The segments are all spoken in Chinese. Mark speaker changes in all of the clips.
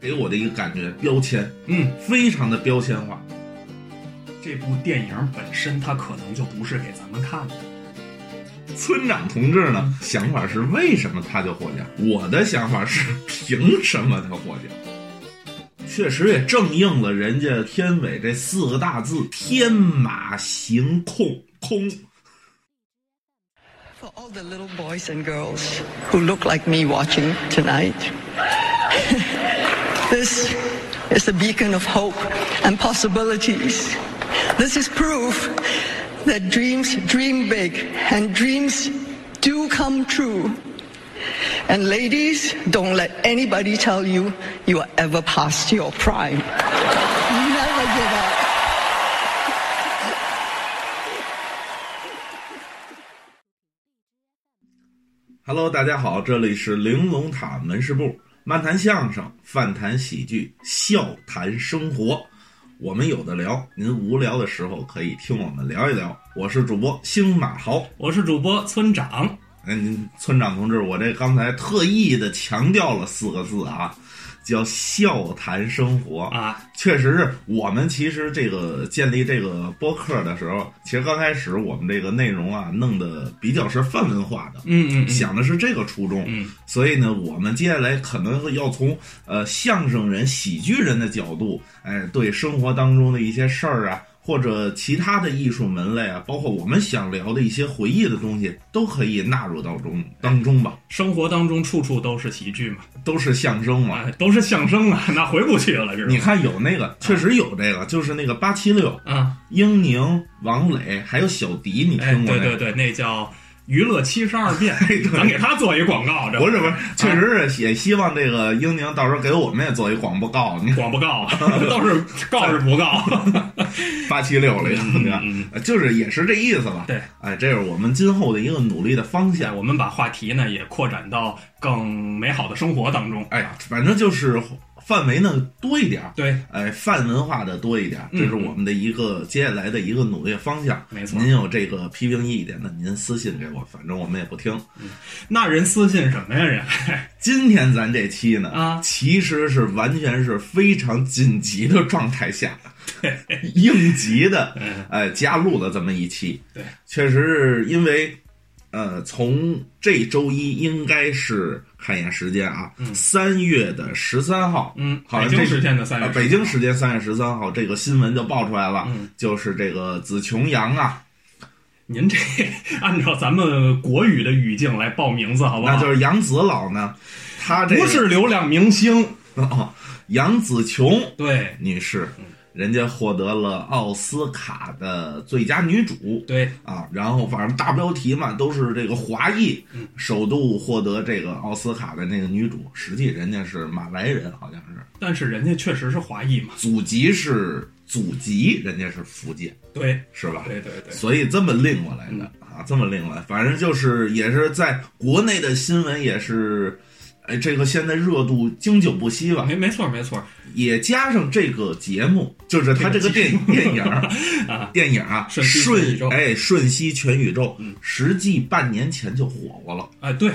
Speaker 1: 给我的一个感觉，标签
Speaker 2: 嗯，
Speaker 1: 非常的标签化。
Speaker 2: 这部电影本身它可能就不是给咱们看的。
Speaker 1: 村长同志呢，想法是为什么他就获奖？我的想法是凭什么他获奖？确实也正应了人家片尾这四个大字“天马行空”，空
Speaker 3: For all the little boys and girls who look like me watching tonight, this is a beacon of hope and possibilities. This is proof that dreams dream big and dreams do come true. And ladies, don't let anybody tell you you are ever past your prime. Never give up.
Speaker 1: 哈喽，大家好，这里是玲珑塔门市部，漫谈相声，饭谈喜剧，笑谈生活，我们有的聊。您无聊的时候可以听我们聊一聊。我是主播星马豪，
Speaker 2: 我是主播村长，
Speaker 1: 哎，您村长同志，我这刚才特意的强调了四个字啊，叫笑谈生活
Speaker 2: 啊。
Speaker 1: 确实是我们其实这个建立这个播客的时候，其实刚开始我们这个内容啊弄得比较是泛文化的，
Speaker 2: 嗯嗯嗯，
Speaker 1: 想的是这个初衷。
Speaker 2: 嗯
Speaker 1: 所以呢，我们接下来可能要从呃相声人、喜剧人的角度，哎，对生活当中的一些事儿啊，或者其他的艺术门类啊，包括我们想聊的一些回忆的东西，都可以纳入到中当中吧。
Speaker 2: 生活当中处处都是喜剧嘛，
Speaker 1: 都是相声嘛。
Speaker 2: 啊，都是相声啊， 那回不去了，这
Speaker 1: 你
Speaker 2: 是
Speaker 1: 看有那个，确实有这个，就是那个八七六，
Speaker 2: 啊，
Speaker 1: 英宁、王磊还有小迪，你
Speaker 2: 哎，
Speaker 1: 听过
Speaker 2: 对
Speaker 1: 那
Speaker 2: 对
Speaker 1: 个？
Speaker 2: 对，那叫娱乐七十二 变，咱给他做一广告，这啊
Speaker 1: 不是不是，确实是也希望这个英宁到时候给我们也做一广播告，你
Speaker 2: 广不告 啊，倒是告是不告，
Speaker 1: 八七六了已经，
Speaker 2: 嗯
Speaker 1: 呃就是也是这意思吧。
Speaker 2: 对，
Speaker 1: 哎，这是我们今后的一个努力的方
Speaker 2: 哎
Speaker 1: 向。
Speaker 2: 我们把话题呢也扩展到更美好的生活当中，
Speaker 1: 哎，反正就是范围呢多一点儿，
Speaker 2: 对，
Speaker 1: 哎，泛文化的多一点儿，这
Speaker 2: 嗯
Speaker 1: 是我们的一个接下来的一个努力方向。
Speaker 2: 没错
Speaker 1: 您有这个批评意见呢，您私信给我，反正我们也不听。
Speaker 2: 那人私信什么呀人？
Speaker 1: 今天咱这期呢，
Speaker 2: 啊
Speaker 1: 其实是完全是非常紧急的状态下，应急的，呃，加录了这么一期。
Speaker 2: 嗯对，
Speaker 1: 确实是因为，呃，从这周一应该是看一眼时间啊，三、月的十三号，
Speaker 2: 嗯
Speaker 1: 好像
Speaker 2: 北京
Speaker 1: 这
Speaker 2: 时间的3月
Speaker 1: 呃
Speaker 2: 13
Speaker 1: 北京时间三月十三号，这个新闻就爆出来了，
Speaker 2: 嗯
Speaker 1: 就是这个子琼阳啊，
Speaker 2: 您这 按照咱们国语的语境来报名字好不好？
Speaker 1: 那就是杨子老呢，他这个
Speaker 2: 不是流量明星，
Speaker 1: 哦，杨紫琼。
Speaker 2: 对
Speaker 1: 女士，人家获得了奥斯卡的最佳女主
Speaker 2: 对，
Speaker 1: 啊，然后反正大标题嘛都是这个华裔首度获得这个奥斯卡的那个女主，实际人家是马来人，好像是
Speaker 2: 但是人家确实是华裔嘛，
Speaker 1: 祖籍是祖籍，人家是福建，
Speaker 2: 对
Speaker 1: 是吧？
Speaker 2: 对对嗯对，
Speaker 1: 所以这么拎过来的啊，这么拎过来，反正就是也是在国内的新闻也是，哎，这个现在热度经久不息吧。
Speaker 2: 没没错没错，
Speaker 1: 也加上这个节目，就是他这个电影电影儿
Speaker 2: 啊
Speaker 1: 电影啊，
Speaker 2: 瞬息全宇宙嗯
Speaker 1: 瞬哎瞬息全宇宙，实际半年前就火过了。
Speaker 2: 哎对，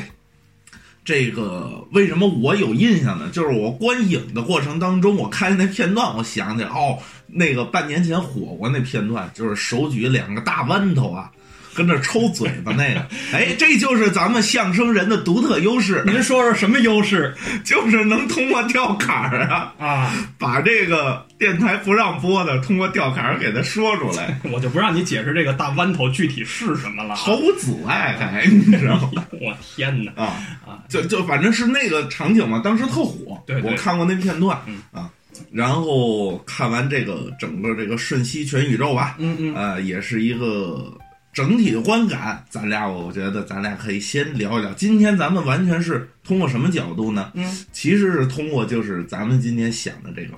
Speaker 1: 这个为什么我有印象呢？就是我观影的过程当中，我看见那片段，我想起来哦，那个半年前火过那片段，就是手举两个大豌头啊，跟那抽嘴巴那 个，哎，这就是咱们相声人的独特优势，
Speaker 2: 您说说什么优势
Speaker 1: 就是能通过跳坎儿啊，
Speaker 2: 啊？
Speaker 1: 把这个电台不让播的，通过吊坎儿给他说出来，
Speaker 2: 我就不让你解释这个大豌头具体是什么了。啊
Speaker 1: 毫无阻碍，还你知道吗？
Speaker 2: 我天哪！
Speaker 1: 啊，就就反正是那个场景嘛，当时特火，
Speaker 2: 对对嗯
Speaker 1: 我看过那片段啊。然后看完这个整个这个瞬息全宇宙吧，
Speaker 2: 嗯嗯，
Speaker 1: 呃，也是一个整体的观感。咱俩我觉得咱俩可以先聊一聊。今天咱们完全是通过什么角度呢？
Speaker 2: 嗯，
Speaker 1: 其实是通过就是咱们今天想的这个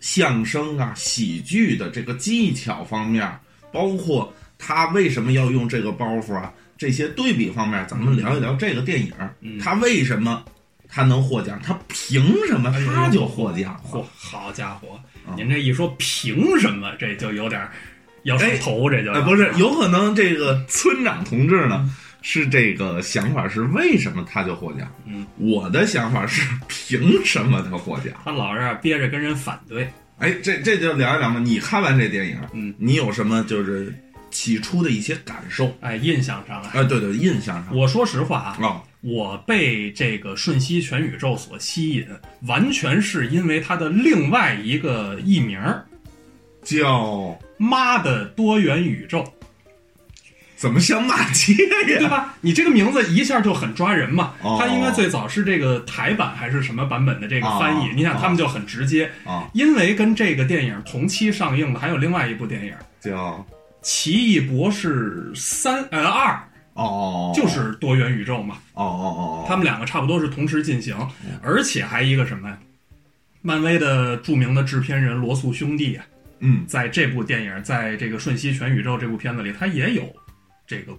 Speaker 1: 相声啊、喜剧的这个技巧方面，包括他为什么要用这个包袱啊，这些对比方面，咱们聊一聊这个电影，
Speaker 2: 嗯
Speaker 1: 他为什么他能获奖，他凭什么
Speaker 2: 哎呦
Speaker 1: 他就获奖了？
Speaker 2: 嚯，好家伙！
Speaker 1: 嗯
Speaker 2: 您这一说，凭什么
Speaker 1: 哎
Speaker 2: 这就有点儿要上头，这就
Speaker 1: 呃
Speaker 2: 嗯
Speaker 1: 呃，不是，有可能这个村长同志呢，是这个想法是为什么他就获奖？
Speaker 2: 嗯，
Speaker 1: 我的想法是凭什么他获奖？
Speaker 2: 他老是啊憋着跟人反对，
Speaker 1: 哎，这这就聊一聊嘛。你看完这电影，
Speaker 2: 嗯，
Speaker 1: 你有什么就是起初的一些感受？
Speaker 2: 哎，印象上啊，
Speaker 1: 哎，对对，印象上
Speaker 2: 我说实话啊，
Speaker 1: 哦，
Speaker 2: 我被这个《瞬息全宇宙》所吸引，完全是因为它的另外一个译名儿
Speaker 1: 叫
Speaker 2: “妈的多元宇宙”。
Speaker 1: 怎么像骂街
Speaker 2: 对
Speaker 1: 呀？
Speaker 2: 吧？你这个名字一下就很抓人嘛。
Speaker 1: 啊哦
Speaker 2: 它应该最早是这个台版还是什么版本的这个翻译？
Speaker 1: 哦
Speaker 2: 你想
Speaker 1: 哦
Speaker 2: 他们就很直接，
Speaker 1: 啊，
Speaker 2: 因为跟这个电影同期上映的还有另外一部电影《
Speaker 1: 叫哦
Speaker 2: 奇异博士三》呃二，
Speaker 1: 哦，
Speaker 2: 就是多元宇宙嘛。
Speaker 1: 哦哦哦
Speaker 2: 他
Speaker 1: 哦，
Speaker 2: 们两个差不多是同时进行，而且还一个什么呀？漫威的著名的制片人罗素兄弟啊，
Speaker 1: 嗯，
Speaker 2: 在这部电影，在这个《瞬息全宇宙》这部片子里，他也有这个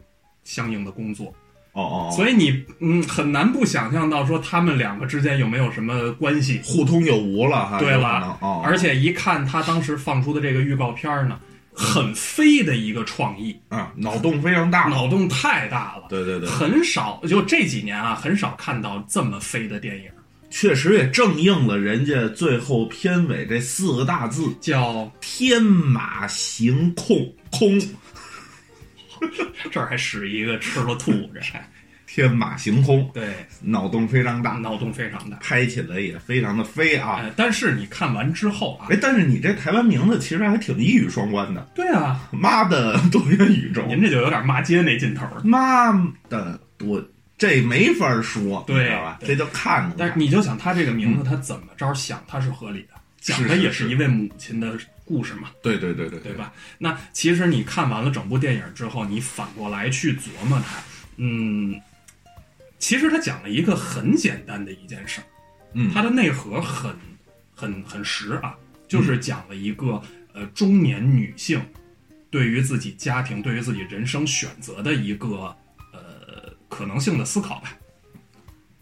Speaker 2: 相应的工作。
Speaker 1: 哦哦，以
Speaker 2: 所以你嗯很难不想象到说他们两个之间有没有什么关系。
Speaker 1: 互通有无了哈。
Speaker 2: 对
Speaker 1: 有可
Speaker 2: 了
Speaker 1: 能，哦，
Speaker 2: 而且一看他当时放出的这个预告片儿呢，很飞的一个创意，
Speaker 1: 啊，脑洞非常大。
Speaker 2: 脑洞太大了。
Speaker 1: 对对对，
Speaker 2: 很少就这几年啊，很少看到这么飞的电影，
Speaker 1: 确实也正应了人家最后片尾这四个大字
Speaker 2: 叫
Speaker 1: “天马行空”，空，
Speaker 2: 这儿还使一个吃了吐，这还
Speaker 1: 天马行空，
Speaker 2: 对
Speaker 1: 脑洞非常大，
Speaker 2: 脑洞非常大。
Speaker 1: 拍起来也非常的飞啊。
Speaker 2: 呃，但是你看完之后啊，
Speaker 1: 哎，但是你这台湾名字其实还挺一语双关的，
Speaker 2: 对啊，
Speaker 1: 妈的 多元宇宙，
Speaker 2: 您这就有点骂街那劲头儿。
Speaker 1: 妈的多，这没法说，
Speaker 2: 对
Speaker 1: 你知道吧？
Speaker 2: 对
Speaker 1: 这就看着
Speaker 2: 但是
Speaker 1: 吧。
Speaker 2: 你就想他这个名字，他怎么着想他是合理的，讲的也是一位母亲的故事嘛，
Speaker 1: 对对对对
Speaker 2: 对？吧？那其实你看完了整部电影之后，你反过来去琢磨它，嗯，其实他讲了一个很简单的一件事儿，
Speaker 1: 嗯
Speaker 2: 它的内核很很很实啊，就是讲了一个呃中年女性对于自己家庭、对于自己人生选择的一个呃可能性的思考吧。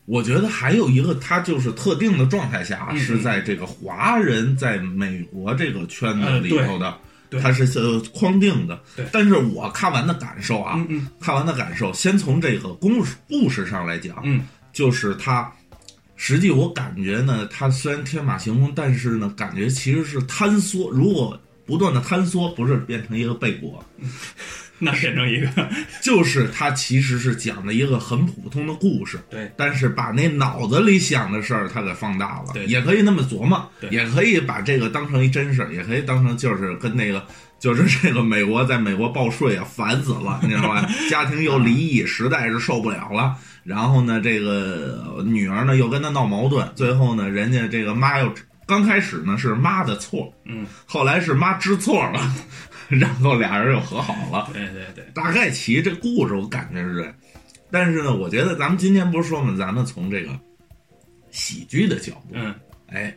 Speaker 1: 我觉得还有一个，它就是特定的状态下，
Speaker 2: 嗯
Speaker 1: 是在这个华人在美国这个圈子里头的，
Speaker 2: 呃对对
Speaker 1: 它是呃框定的
Speaker 2: 对。
Speaker 1: 但是我看完的感受啊，
Speaker 2: 嗯嗯
Speaker 1: 看完的感受，先从这个故事故事上来讲，
Speaker 2: 嗯，
Speaker 1: 就是它。实际我感觉呢，它虽然天马行空，但是呢，感觉其实是坍缩。如果不断的坍缩，不是变成一个背锅，
Speaker 2: 那变成一个
Speaker 1: 就是它其实是讲的一个很普通的故事。
Speaker 2: 对
Speaker 1: 但是把那脑子里想的事儿，他给放大了，
Speaker 2: 对
Speaker 1: 也可以那么琢磨
Speaker 2: 对，
Speaker 1: 也可以把这个当成一真事儿，也可以当成就是跟那个就是这个美国在美国报税啊，烦死了，你知道 吧？家庭又离异，实在是受不了了。然后呢，这个呃女儿呢又跟他闹矛
Speaker 2: 嗯
Speaker 1: 盾，最后呢，人家这个妈又刚开始呢是妈的错，
Speaker 2: 嗯，
Speaker 1: 后来是妈知错了， 然后俩人又和好了。
Speaker 2: 对对对。
Speaker 1: 大概其这故事我感觉是这样，但是呢，我觉得咱们今天不是说嘛，咱们从这个喜剧的角度，
Speaker 2: 嗯，
Speaker 1: 哎，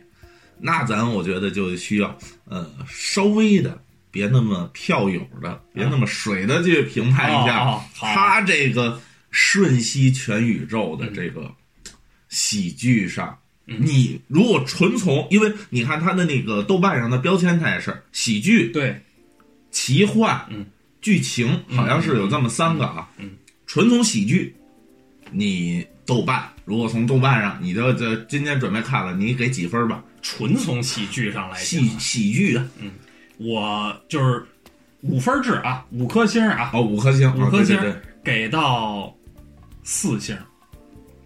Speaker 1: 那咱我觉得就需要呃稍微的别那么票友的，别那么水的去评判一下、
Speaker 2: 哦哦好
Speaker 1: 他这个瞬息全宇宙的这个喜剧上。
Speaker 2: 嗯
Speaker 1: 你如果纯从，因为你看他的那个豆瓣上的标签，它也是喜剧、
Speaker 2: 对，
Speaker 1: 奇幻，
Speaker 2: 嗯，
Speaker 1: 剧情，好像是有这么三个啊。
Speaker 2: 嗯嗯
Speaker 1: 纯从喜剧，你豆瓣如果从豆瓣上，你就这今天准备看了，你给几分吧？
Speaker 2: 纯从喜剧上来讲
Speaker 1: 喜，喜剧啊，
Speaker 2: 我就是五分制啊，五颗星啊，
Speaker 1: 哦，五颗星，
Speaker 2: 五颗星
Speaker 1: 啊、对对对
Speaker 2: 给到四星，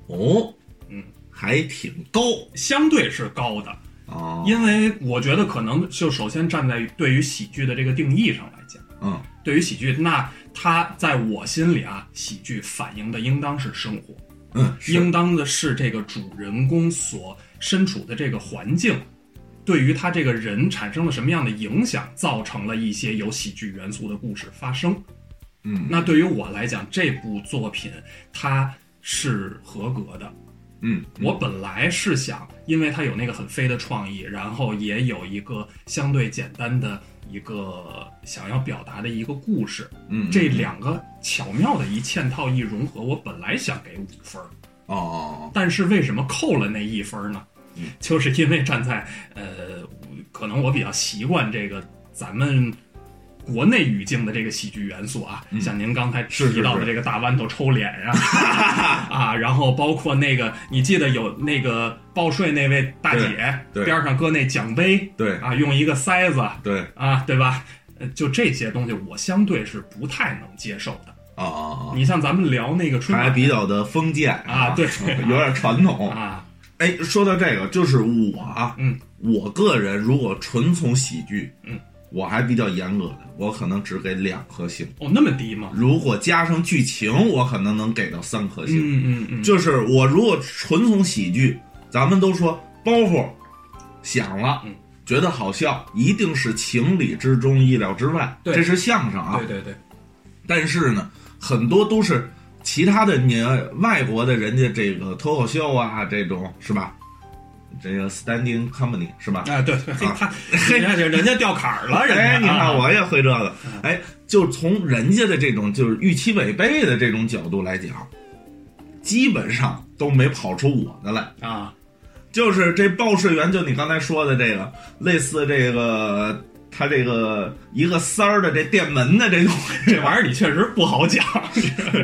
Speaker 1: 哦，
Speaker 2: 嗯，
Speaker 1: 还挺高
Speaker 2: 相对是高的，
Speaker 1: 啊，
Speaker 2: 因为我觉得可能就首先站在对于喜剧的这个定义上来讲，
Speaker 1: 嗯，
Speaker 2: 对于喜剧，那它在我心里啊，喜剧反映的应当是生活，
Speaker 1: 嗯，是
Speaker 2: 应当的是这个主人公所身处的这个环境，对于他这个人产生了什么样的影响，造成了一些有喜剧元素的故事发生。
Speaker 1: 嗯，
Speaker 2: 那对于我来讲，这部作品它是合格的。
Speaker 1: 嗯，
Speaker 2: 我本来是想，因为它有那个很飞的创意，然后也有一个相对简单的一个想要表达的一个故事，
Speaker 1: 嗯
Speaker 2: 这两个巧妙的一嵌套一融合，我本来想给五分儿，
Speaker 1: 哦哦
Speaker 2: 但是为什么扣了那一分儿呢？
Speaker 1: 嗯
Speaker 2: 就是因为站在呃，可能我比较习惯这个咱们国内语境的这个喜剧元素啊，
Speaker 1: 嗯
Speaker 2: 像您刚才
Speaker 1: 是是
Speaker 2: 提到的
Speaker 1: 是
Speaker 2: 这个大豌豆抽脸呀、 啊，然后包括那个，你记得有那个报税那位大姐
Speaker 1: 对对
Speaker 2: 边上搁那奖杯，
Speaker 1: 对
Speaker 2: 啊，用一个塞子，
Speaker 1: 对
Speaker 2: 啊，对吧？呃就这些东西，我相对是不太能接受的。
Speaker 1: 啊啊
Speaker 2: 你像咱们聊那个春
Speaker 1: 啊，还
Speaker 2: 晚
Speaker 1: 比较的封建
Speaker 2: 嗯啊对
Speaker 1: 有点传统。
Speaker 2: 啊，
Speaker 1: 哎，说到这个，就是我啊，
Speaker 2: 嗯，
Speaker 1: 我个人如果纯从喜剧，
Speaker 2: 嗯，
Speaker 1: 我还比较严格的，我可能只给两颗星。
Speaker 2: 哦，那么低吗？
Speaker 1: 如果加上剧情，我可能能给到三颗星。
Speaker 2: 嗯嗯嗯，
Speaker 1: 就是我如果纯从喜剧，咱们都说包袱响了，
Speaker 2: 嗯
Speaker 1: 觉得好笑，一定是情理之中、意料之外，
Speaker 2: 对
Speaker 1: 这是相声啊。
Speaker 2: 对对对，
Speaker 1: 但是呢，很多都是其他的你呃外国的人家这个脱口秀啊，这种是吧？这个 standing comedy 是吧？
Speaker 2: 哎对对，嘿
Speaker 1: 啊
Speaker 2: 他人家人家掉坎儿了，人家、
Speaker 1: 哎，你
Speaker 2: 啊
Speaker 1: 看我也会这个。哎，就从人家的这种就是预期违背的这种角度来讲，基本上都没跑出我的来。
Speaker 2: 啊，
Speaker 1: 就是这报税员，就你刚才说的这个，类似这个他这个一个三儿的这店门的这种，
Speaker 2: 这玩意儿你确实不好 讲。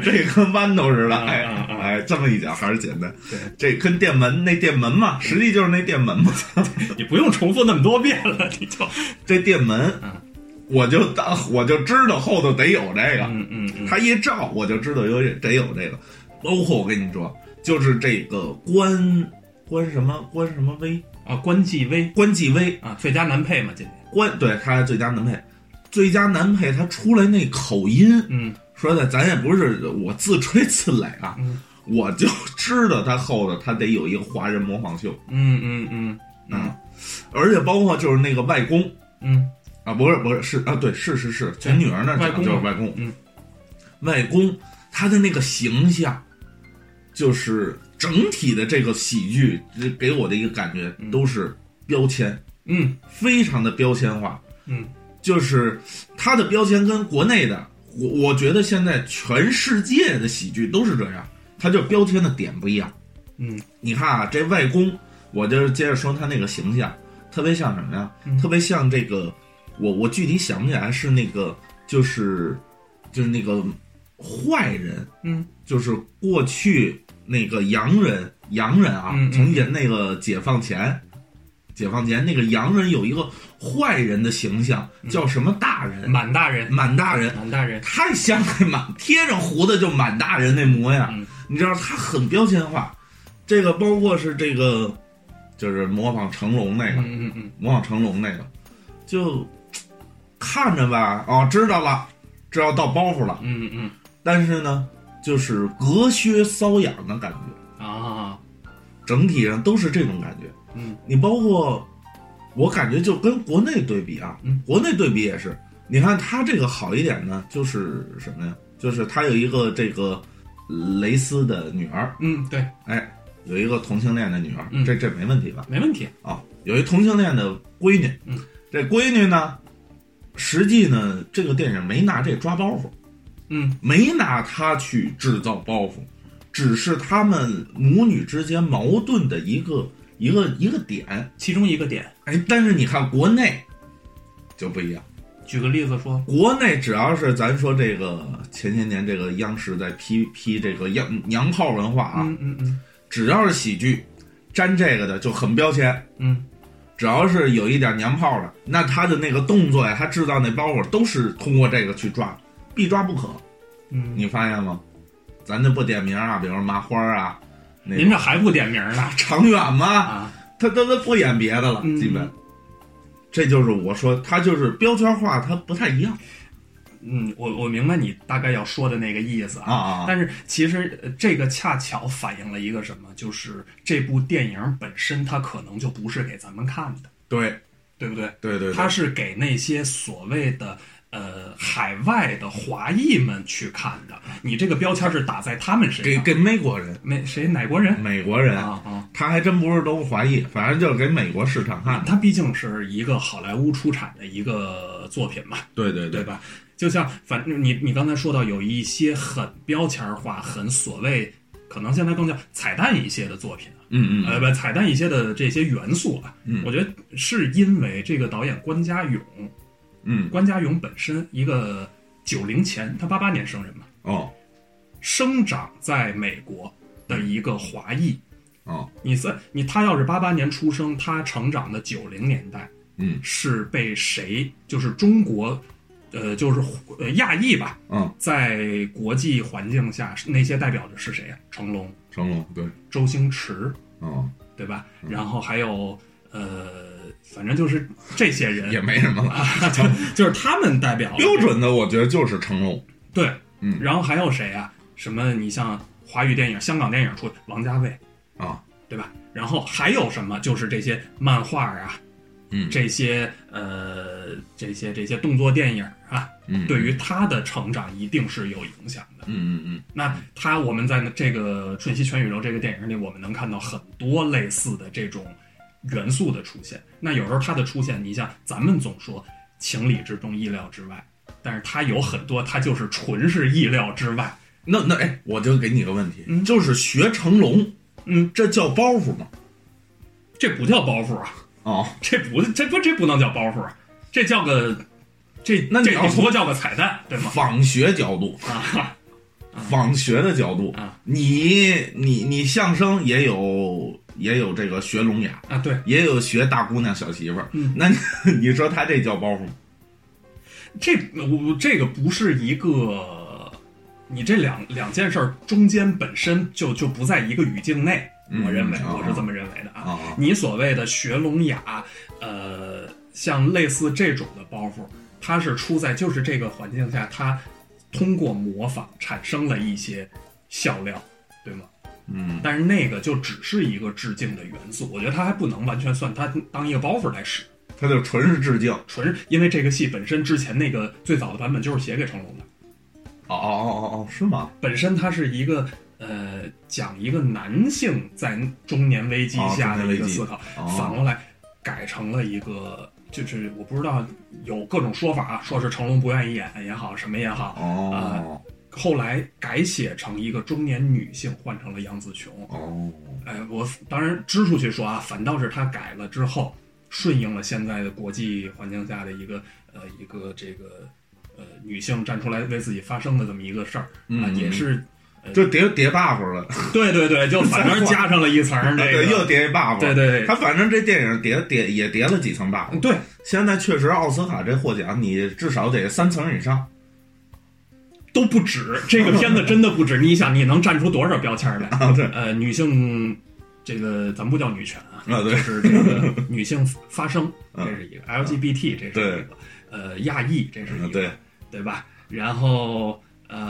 Speaker 1: 这跟豌豆似的，
Speaker 2: 嗯
Speaker 1: 哎
Speaker 2: 嗯嗯
Speaker 1: 哎，这么一讲还是简单。
Speaker 2: 对，嗯
Speaker 1: 这跟店门那店门嘛，实际就是那店门 嘛。
Speaker 2: 你不用重复那么多遍了，你就
Speaker 1: 这店门
Speaker 2: 嗯，
Speaker 1: 我就当我就知道后头得有这个，
Speaker 2: 嗯嗯嗯，
Speaker 1: 他一照我就知道有得有这个。包括我跟你说，就是这个关关什么关什么威
Speaker 2: 啊，关继威
Speaker 1: 关继威，
Speaker 2: 啊，最佳男配嘛，今年，
Speaker 1: 关对他最佳男配，最佳男配他出来那口音，
Speaker 2: 嗯
Speaker 1: 说的咱也不是我自吹自擂啊，
Speaker 2: 嗯
Speaker 1: 我就知道他后头他得有一个华人模仿秀
Speaker 2: 嗯嗯嗯
Speaker 1: 啊，而且包括就是那个外公
Speaker 2: 嗯
Speaker 1: 啊，不是不是是啊，对是是是，从
Speaker 2: 对
Speaker 1: 女儿那儿
Speaker 2: 外
Speaker 1: 讲
Speaker 2: 公
Speaker 1: 就是
Speaker 2: 嘛
Speaker 1: 外公，
Speaker 2: 嗯，
Speaker 1: 外公他的那个形象，就是整体的这个喜剧这给我的一个感觉都是标签，
Speaker 2: 嗯
Speaker 1: 非常的标签化，
Speaker 2: 嗯
Speaker 1: 就是它的标签跟国内的，我我觉得现在全世界的喜剧都是这样，它就标签的点不一样。
Speaker 2: 嗯
Speaker 1: 你看啊，这外公，我就接着说他那个形象，特别像什么呀？
Speaker 2: 嗯
Speaker 1: 特别像这个，我我具体想不起来是那个，就是就是那个坏人，
Speaker 2: 嗯
Speaker 1: 就是过去那个洋人，洋人啊，
Speaker 2: 嗯嗯
Speaker 1: 从解那个解放前，解放前那个洋人有一个坏人的形象，叫什么大人？
Speaker 2: 嗯，满大人，
Speaker 1: 满大人，
Speaker 2: 满大人，
Speaker 1: 太像那满贴上胡子就满大人那模样，
Speaker 2: 嗯
Speaker 1: 你知道他很标签化。这个包括是这个，就是模仿成龙那个，
Speaker 2: 嗯嗯嗯
Speaker 1: 模仿成龙那个，就看着吧，哦，知道了，知道到包袱了，
Speaker 2: 嗯嗯
Speaker 1: 但是呢，就是隔靴搔痒的感觉。
Speaker 2: 嗯啊，
Speaker 1: 整体上都是这种感觉。
Speaker 2: 嗯，
Speaker 1: 你包括我感觉就跟国内对比啊，
Speaker 2: 嗯
Speaker 1: 国内对比也是，你看它这个好一点呢，就是什么呀？就是它有一个这个蕾丝的女儿，
Speaker 2: 嗯对，
Speaker 1: 哎，有一个同性恋的女儿，
Speaker 2: 嗯
Speaker 1: 这这没问题吧？
Speaker 2: 没问题，
Speaker 1: 啊，有一同性恋的闺女，
Speaker 2: 嗯
Speaker 1: 这闺女呢，实际呢，这个电影没拿这抓包袱，
Speaker 2: 嗯
Speaker 1: 没拿它去制造包袱，只是他们母女之间矛盾的一个一个一个点。
Speaker 2: 其中一个点，
Speaker 1: 哎，但是你看国内就不一样，
Speaker 2: 举个例子说，
Speaker 1: 国内只要是咱说这个前些年这个央视在批批这个洋洋炮文化啊，
Speaker 2: 嗯嗯嗯
Speaker 1: 只要是喜剧沾这个的就很标签。
Speaker 2: 嗯
Speaker 1: 只要是有一点娘炮的，那他的那个动作呀，他制造那包袱都是通过这个去抓，必抓不可。
Speaker 2: 嗯，
Speaker 1: 你发现吗？咱就不点名啊，比如麻花啊，那
Speaker 2: 您这还不点名呢
Speaker 1: 长远嘛，
Speaker 2: 啊？
Speaker 1: 他他他不演别的了，
Speaker 2: 嗯
Speaker 1: 基本。这就是我说，他就是标签化，他不太一样
Speaker 2: 嗯，我我明白你大概要说的那个意思
Speaker 1: 啊啊！
Speaker 2: 但是其实呃这个恰巧反映了一个什么，就是这部电影本身它可能就不是给咱们看的，
Speaker 1: 对
Speaker 2: 对不对？
Speaker 1: 对对，对
Speaker 2: 它是给那些所谓的呃海外的华裔们去看的，你这个标签是打在他们身
Speaker 1: 给
Speaker 2: 上。
Speaker 1: 给嗯美国人、
Speaker 2: 美谁哪国人
Speaker 1: 美国人，
Speaker 2: 啊啊？
Speaker 1: 他还真不是都华裔，反正就是给美国市场看的。
Speaker 2: 它毕竟是一个好莱坞出产的一个作品嘛，
Speaker 1: 对对
Speaker 2: 对，吧？就像反正你你刚才说到有一些很标签化、很所谓，可能现在更叫彩蛋一些的作品啊，
Speaker 1: 嗯嗯
Speaker 2: 呃，不，彩蛋一些的这些元素啊，
Speaker 1: 嗯
Speaker 2: 我觉得是因为这个导演关家勇，
Speaker 1: 嗯
Speaker 2: 关家勇本身一个九零前，他八八年生人嘛，
Speaker 1: 哦
Speaker 2: 生长在美国的一个华裔。
Speaker 1: 哦
Speaker 2: 你在你他要是八八年出生，他成长的九零年代
Speaker 1: 嗯
Speaker 2: 是被谁？就是中国，呃，就是呃亚裔吧，
Speaker 1: 嗯，
Speaker 2: 在国际环境下，那些代表的是谁啊？成龙、
Speaker 1: 成龙对，
Speaker 2: 周星驰，
Speaker 1: 哦
Speaker 2: 对吧？然后还有呃，反正就是这些人
Speaker 1: 也没什么
Speaker 2: 啊
Speaker 1: 了。
Speaker 2: 就是他们代表
Speaker 1: 标准的我觉得就是成龙，
Speaker 2: 对，
Speaker 1: 嗯
Speaker 2: 然后还有谁啊？什么？你像华语电影、香港电影出王家卫，
Speaker 1: 啊，
Speaker 2: 对吧？然后还有什么？就是这些漫画啊，
Speaker 1: 嗯
Speaker 2: 这些呃，这些这些动作电影啊，
Speaker 1: 嗯
Speaker 2: 对于他的成长一定是有影响的。
Speaker 1: 嗯嗯
Speaker 2: 那他我们在这个《瞬息全宇宙》这个电影里，我们能看到很多类似的这种元素的出现。那有时候它的出现，你像咱们总说情理之中、意料之外，但是它有很多，它就是纯是意料之外。
Speaker 1: 嗯，那那哎，我就给你个问题，
Speaker 2: 嗯
Speaker 1: 就是学成龙，
Speaker 2: 嗯，
Speaker 1: 这叫包袱吗？
Speaker 2: 这不叫包袱啊，
Speaker 1: 哦，
Speaker 2: 这不这不这不能叫包袱啊，这叫个这
Speaker 1: 那你
Speaker 2: 这
Speaker 1: 要
Speaker 2: 顶多叫个彩蛋，对吗？
Speaker 1: 仿学角度，
Speaker 2: 啊，
Speaker 1: 仿学的角度
Speaker 2: 啊，
Speaker 1: 你你你相声也有也有这个学聋哑，
Speaker 2: 啊，对，
Speaker 1: 也有学大姑娘小媳妇儿，
Speaker 2: 嗯
Speaker 1: 那你 你说他这叫包袱吗？
Speaker 2: 这我这个不是一个，你这两两件事儿中间本身就就不在一个语境内，
Speaker 1: 嗯
Speaker 2: 我认为、
Speaker 1: 啊
Speaker 2: 我是这么认为的啊。
Speaker 1: 啊
Speaker 2: 你所谓的学聋哑，呃，像类似这种的包袱，它是出在就是这个环境下，它通过模仿产生了一些笑料，对吗？
Speaker 1: 嗯
Speaker 2: 但是那个就只是一个致敬的元素，我觉得它还不能完全算它当一个包袱来使，
Speaker 1: 他就纯是致敬。
Speaker 2: 纯是因为这个戏本身之前那个最早的版本就是写给成龙的。
Speaker 1: 哦哦哦哦，是吗？
Speaker 2: 本身它是一个呃讲一个男性在中年危机下
Speaker 1: 哦中年
Speaker 2: 的
Speaker 1: 危
Speaker 2: 一
Speaker 1: 机
Speaker 2: 个思考，
Speaker 1: 哦
Speaker 2: 反过来改成了一个就是我不知道有各种说法啊，说是成龙不愿意演也好，什么也好，
Speaker 1: 哦
Speaker 2: 后来改写成一个中年女性，换成了杨紫琼。
Speaker 1: 哦，
Speaker 2: 哎，我当然支出去说啊，反倒是他改了之后，顺应了现在的国际环境下的一个呃一个这个呃女性站出来为自己发声的这么一个事儿啊、
Speaker 1: 嗯
Speaker 2: 也是
Speaker 1: 就叠叠 buff 了，
Speaker 2: 对对对，就反正加上了一层儿这个，
Speaker 1: 对，又叠一 buff。
Speaker 2: 对对对
Speaker 1: 他反正这电影叠叠也叠了几层 buff。
Speaker 2: 对，
Speaker 1: 现在确实奥斯卡这获奖，你至少得三层以上。
Speaker 2: 都不止。这个片子真的不止，你想你能站出多少标签儿来？
Speaker 1: 啊，对，啊
Speaker 2: 呃，女性这个咱不叫女权啊，
Speaker 1: 对，
Speaker 2: 就是这个女性 发声，
Speaker 1: 嗯
Speaker 2: 这是一个 LGBT，这是一
Speaker 1: 对
Speaker 2: 个呃亚裔，这是一
Speaker 1: 嗯
Speaker 2: 个
Speaker 1: 对
Speaker 2: 对吧？然后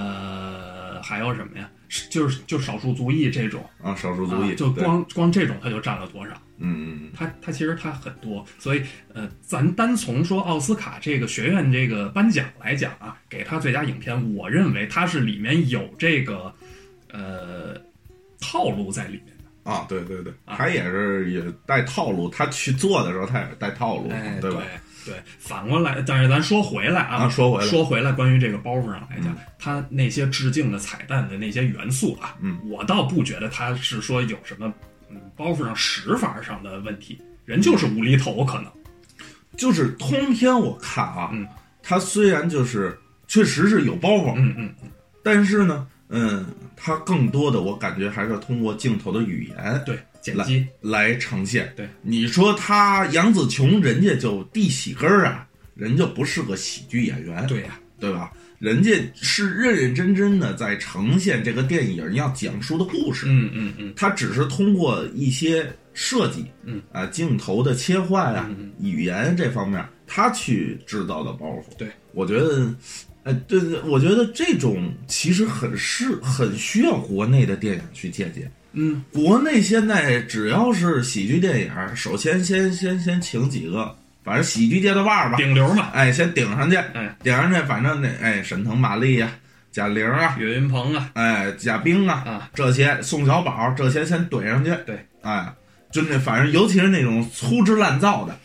Speaker 2: 呃还有什么呀？是就是就少数族裔这种，
Speaker 1: 啊，少数
Speaker 2: 啊
Speaker 1: 族裔，
Speaker 2: 就
Speaker 1: 对
Speaker 2: 光光这种他就占了多少？
Speaker 1: 嗯嗯
Speaker 2: 它它其实它很多，所以呃，咱单从说奥斯卡这个学院这个颁奖来讲啊，给他最佳影片，我认为它是里面有这个呃套路在里面的。
Speaker 1: 啊，对对对，
Speaker 2: 啊
Speaker 1: 他也是也带套路，他去做的时候他也是带套路，
Speaker 2: 哎，
Speaker 1: 对
Speaker 2: 对
Speaker 1: 吧？
Speaker 2: 对，反过来，但是咱说回来啊，
Speaker 1: 啊说回来嗯
Speaker 2: 说回来，关于这个包袱上来讲，它那些致敬的彩蛋的那些元素啊，
Speaker 1: 嗯，
Speaker 2: 我倒不觉得它是说有什么嗯包袱上使法上的问题，人就是无厘头可能，
Speaker 1: 就是通篇我看啊，
Speaker 2: 嗯
Speaker 1: 他虽然就是确实是有包袱，
Speaker 2: 嗯嗯嗯，
Speaker 1: 但是呢，嗯，它更多的我感觉还是通过镜头的语言
Speaker 2: 对，剪
Speaker 1: 来
Speaker 2: 辑，
Speaker 1: 来呈现。
Speaker 2: 对，
Speaker 1: 你说他杨紫琼，人家就地喜根儿啊，人家不是个喜剧演员，
Speaker 2: 对呀、
Speaker 1: 对吧？人家是认认真真的在呈现这个电影要讲述的故事，
Speaker 2: 嗯嗯嗯。
Speaker 1: 他只是通过一些设计，
Speaker 2: 嗯
Speaker 1: 啊，镜头的切换啊，
Speaker 2: 嗯
Speaker 1: 语言这方面，他去制造的包袱。
Speaker 2: 对，
Speaker 1: 我觉得，哎，对，对我觉得这种其实很是很需要国内的电影去借鉴。
Speaker 2: 嗯，
Speaker 1: 国内现在只要是喜剧电影，首先先先先请几个，反正喜剧界的腕儿吧，
Speaker 2: 顶流嘛，
Speaker 1: 哎，先顶上去，
Speaker 2: 哎，
Speaker 1: 顶上去，反正那哎，沈腾、马丽呀、贾玲啊，
Speaker 2: 岳云鹏啊，
Speaker 1: 哎，贾冰啊，
Speaker 2: 啊
Speaker 1: 这些宋小宝这些先怼上去，
Speaker 2: 对，
Speaker 1: 哎，就那反正尤其是那种粗制滥造的，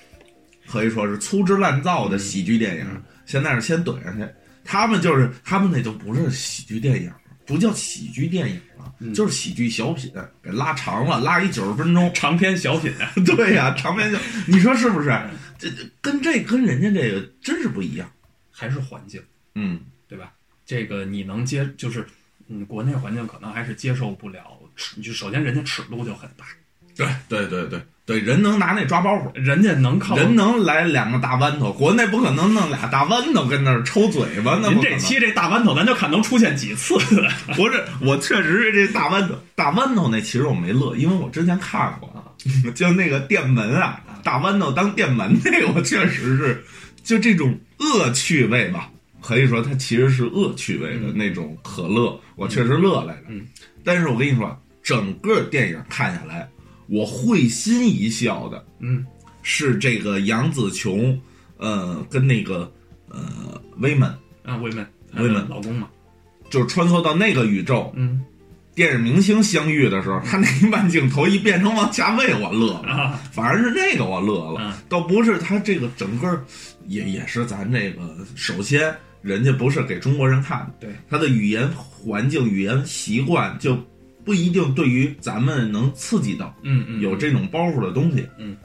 Speaker 1: 可以说是粗制滥造的喜剧电影，
Speaker 2: 嗯
Speaker 1: 现在是先怼上去。他们就是他们那就不是喜剧电影，不叫喜剧电影了，
Speaker 2: 嗯。
Speaker 1: 就是喜剧小品，给拉长了，拉一九十分钟
Speaker 2: 长篇小品啊，
Speaker 1: 对呀、长篇小，你说是不是？这跟这跟人家这个真是不一样。
Speaker 2: 还是环境，
Speaker 1: 嗯
Speaker 2: 对吧？这个你能接，就是嗯，国内环境可能还是接受不了尺，就首先人家尺度就很大，
Speaker 1: 对对对对对，人能拿那抓包袱，
Speaker 2: 人家能靠
Speaker 1: 人能来两个大豌豆，国内不可能弄俩大豌豆跟那儿抽嘴巴，那
Speaker 2: 您
Speaker 1: 不可能
Speaker 2: 这期这大豌豆，咱就看能出现几次。
Speaker 1: 不是，我确实是这大豌豆，大豌豆那其实我没乐，因为我之前看过，啊 就那个电门啊，大豌豆当电门那个，我确实是就这种恶趣味吧，可以说它其实是恶趣味的那种可乐，我确实乐来了。
Speaker 2: 嗯
Speaker 1: 但是我跟你说，整个电影看下来，我会心一笑的
Speaker 2: 嗯，
Speaker 1: 是这个杨紫琼，呃，跟那个呃威猛，
Speaker 2: 啊，魏问
Speaker 1: 魏问
Speaker 2: 老公嘛，
Speaker 1: 就是穿梭到那个宇宙，
Speaker 2: 嗯
Speaker 1: 电影明星相遇的时候，他那一慢镜头一变成王家卫，我乐了，
Speaker 2: 啊，
Speaker 1: 反而是那个我乐了
Speaker 2: 嗯，
Speaker 1: 倒不是他这个整个也也是咱这个，首先人家不是给中国人看的，
Speaker 2: 对，
Speaker 1: 他的语言环境、语言习惯就不一定对于咱们能刺激到
Speaker 2: 嗯嗯，
Speaker 1: 有这种包袱的东西，
Speaker 2: 嗯，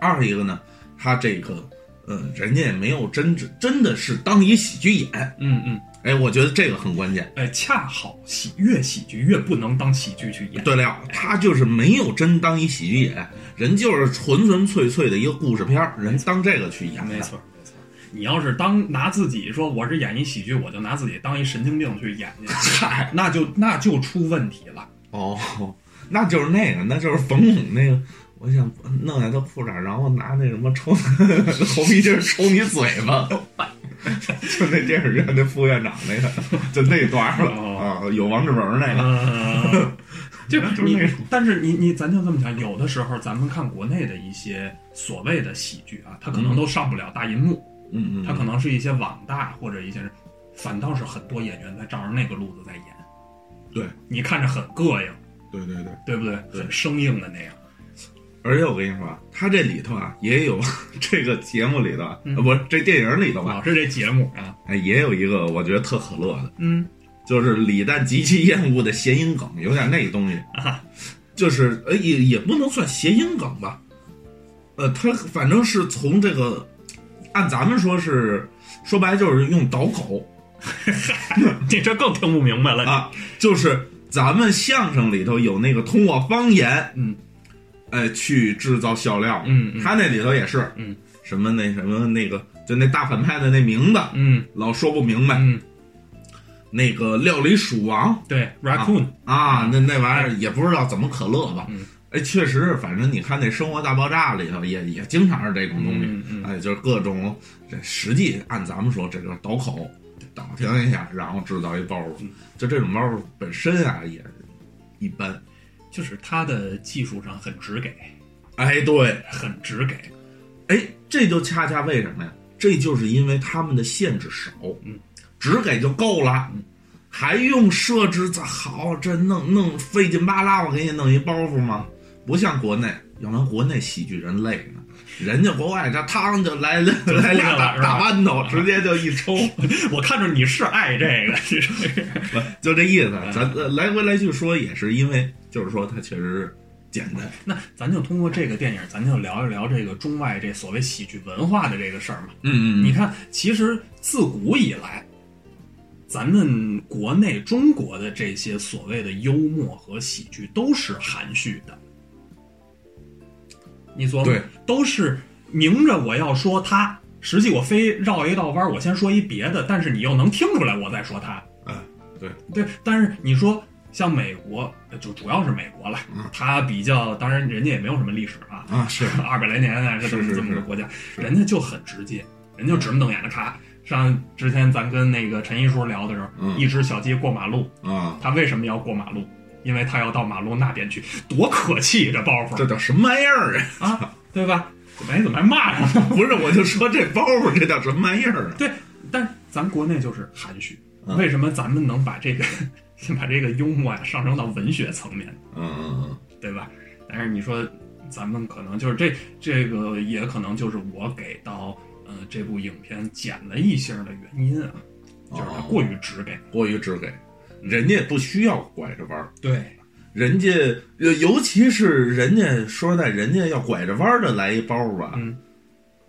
Speaker 1: 二一个呢，他这个。呃，人家也没有真真的是当一喜剧演，
Speaker 2: 嗯嗯，
Speaker 1: 哎，我觉得这个很关键。
Speaker 2: 哎，恰好喜越喜剧越不能当喜剧去演，
Speaker 1: 对了，他就是没有真当一喜剧演，人就是纯纯粹粹的一个故事片儿，人当这个去演。
Speaker 2: 没，错没错。你要是当拿自己说我是演一喜剧，我就拿自己当一神经病去演去，
Speaker 1: 嗨，
Speaker 2: 那就那就出问题了。
Speaker 1: 哦，那就是那个，那就是冯巩那个。我想弄下他裤衩，然后拿那什么抽猴皮筋儿抽你嘴巴，就那电影院那副院长那个，就那段儿了啊，有王志文那个，
Speaker 2: 嗯， 就
Speaker 1: 就是
Speaker 2: 你
Speaker 1: 那种，
Speaker 2: 但是你你咱就这么讲，有的时候咱们看国内的一些所谓的喜剧啊，它可能都上不了大银幕，
Speaker 1: 嗯嗯，
Speaker 2: 它可能是一些网大或者一些，反倒是很多演员在照着那个路子在演，
Speaker 1: 对
Speaker 2: 你看着很膈应，
Speaker 1: 对对对，
Speaker 2: 对不对？
Speaker 1: 对
Speaker 2: 很生硬的那样。
Speaker 1: 而且我跟你说，啊，他这里头啊也有 这个节目里头啊，
Speaker 2: 嗯
Speaker 1: 呃不是这电影里头吧，
Speaker 2: 老是这节目啊，
Speaker 1: 哎，也有一个我觉得特可乐的，
Speaker 2: 嗯
Speaker 1: 就是李诞极其厌恶的谐音梗，有点那东西，
Speaker 2: 啊，
Speaker 1: 就是呃也也不能算谐音梗吧，呃，他反正是从这个，按咱们说是说白了就是用导口
Speaker 2: 这这更听不明白了。
Speaker 1: 啊，就是咱们相声里头有那个通过方言，
Speaker 2: 嗯
Speaker 1: 哎，去制造笑料，
Speaker 2: 嗯嗯
Speaker 1: 他那里头也是，
Speaker 2: 嗯，
Speaker 1: 什么那什么那个，就那大反派的那名字，
Speaker 2: 嗯
Speaker 1: 老说不明白，
Speaker 2: 嗯，
Speaker 1: 那个料理鼠王。
Speaker 2: 对，raccoon，
Speaker 1: 啊，那那玩意儿也不知道怎么可乐吧
Speaker 2: 嗯？
Speaker 1: 哎，确实，反正你看那《生活大爆炸》里头也也经常是这种东西，
Speaker 2: 嗯嗯
Speaker 1: 哎，就是各种这实际按咱们说，这就是倒口，倒腾一下，然后制造一包
Speaker 2: 嗯
Speaker 1: 袱，就这种包袱本身啊也一般。
Speaker 2: 就是他的技术上很直给，
Speaker 1: 哎，对，
Speaker 2: 很直给。
Speaker 1: 哎，这就恰恰为什么呀？这就是因为他们的限制少，
Speaker 2: 嗯，
Speaker 1: 只给就够了，还用设置这好这弄弄费劲巴拉，我给你弄一包袱吗？不像国内，要不然国内喜剧人累呢，人家国外这汤就来来
Speaker 2: 出去了
Speaker 1: 来俩啊大
Speaker 2: 是吧
Speaker 1: 大豌豆，直接就一抽，
Speaker 2: 我看着你是爱这个，你是
Speaker 1: 就这意思。咱呃来回来去说也是因为，就是说它确实是简单，
Speaker 2: 那咱就通过这个电影，咱就聊一聊这个中外这所谓喜剧文化的这个事儿嘛。
Speaker 1: 嗯
Speaker 2: 你看，其实自古以来，咱们国内中国的这些所谓的幽默和喜剧都是含蓄的。你琢磨，
Speaker 1: 对，
Speaker 2: 都是明着我要说他，实际我非绕一道弯儿，我先说一别的，但是你又能听出来我在说他。
Speaker 1: 啊，对，
Speaker 2: 对，但是你说像美国，呃就主要是美国了，
Speaker 1: 嗯
Speaker 2: 它比较，当然人家也没有什么历史啊，
Speaker 1: 啊是
Speaker 2: 二百来年啊，这
Speaker 1: 是是
Speaker 2: 么这么
Speaker 1: 是
Speaker 2: 个国家，人家就很直接，人就直目瞪眼的看。上之前咱跟那个陈一叔聊的时候，
Speaker 1: 嗯
Speaker 2: 一只小鸡过马路，
Speaker 1: 啊，
Speaker 2: 它为什么要过马路？因为它要到马路那边去，多可气啊这包
Speaker 1: 这
Speaker 2: 袱
Speaker 1: 叫什么玩意儿啊？
Speaker 2: 啊，对吧？哎，怎么还骂上了？
Speaker 1: 不是，我就说这包袱这叫什么玩意儿啊？
Speaker 2: 对，但是咱国内就是含蓄，
Speaker 1: 嗯
Speaker 2: 为什么咱们能把这个 把这个幽默呀、上升到文学层面？
Speaker 1: 嗯嗯嗯。
Speaker 2: 对吧？但是你说咱们可能就是这这个也可能就是我给到呃这部影片减了一星的原因啊，
Speaker 1: 哦
Speaker 2: 就是它过于直给。
Speaker 1: 过于直给，人家也不需要拐着弯儿，
Speaker 2: 对，
Speaker 1: 人家呃尤其是人家说实在，人家要拐着弯儿的来一包儿吧，
Speaker 2: 嗯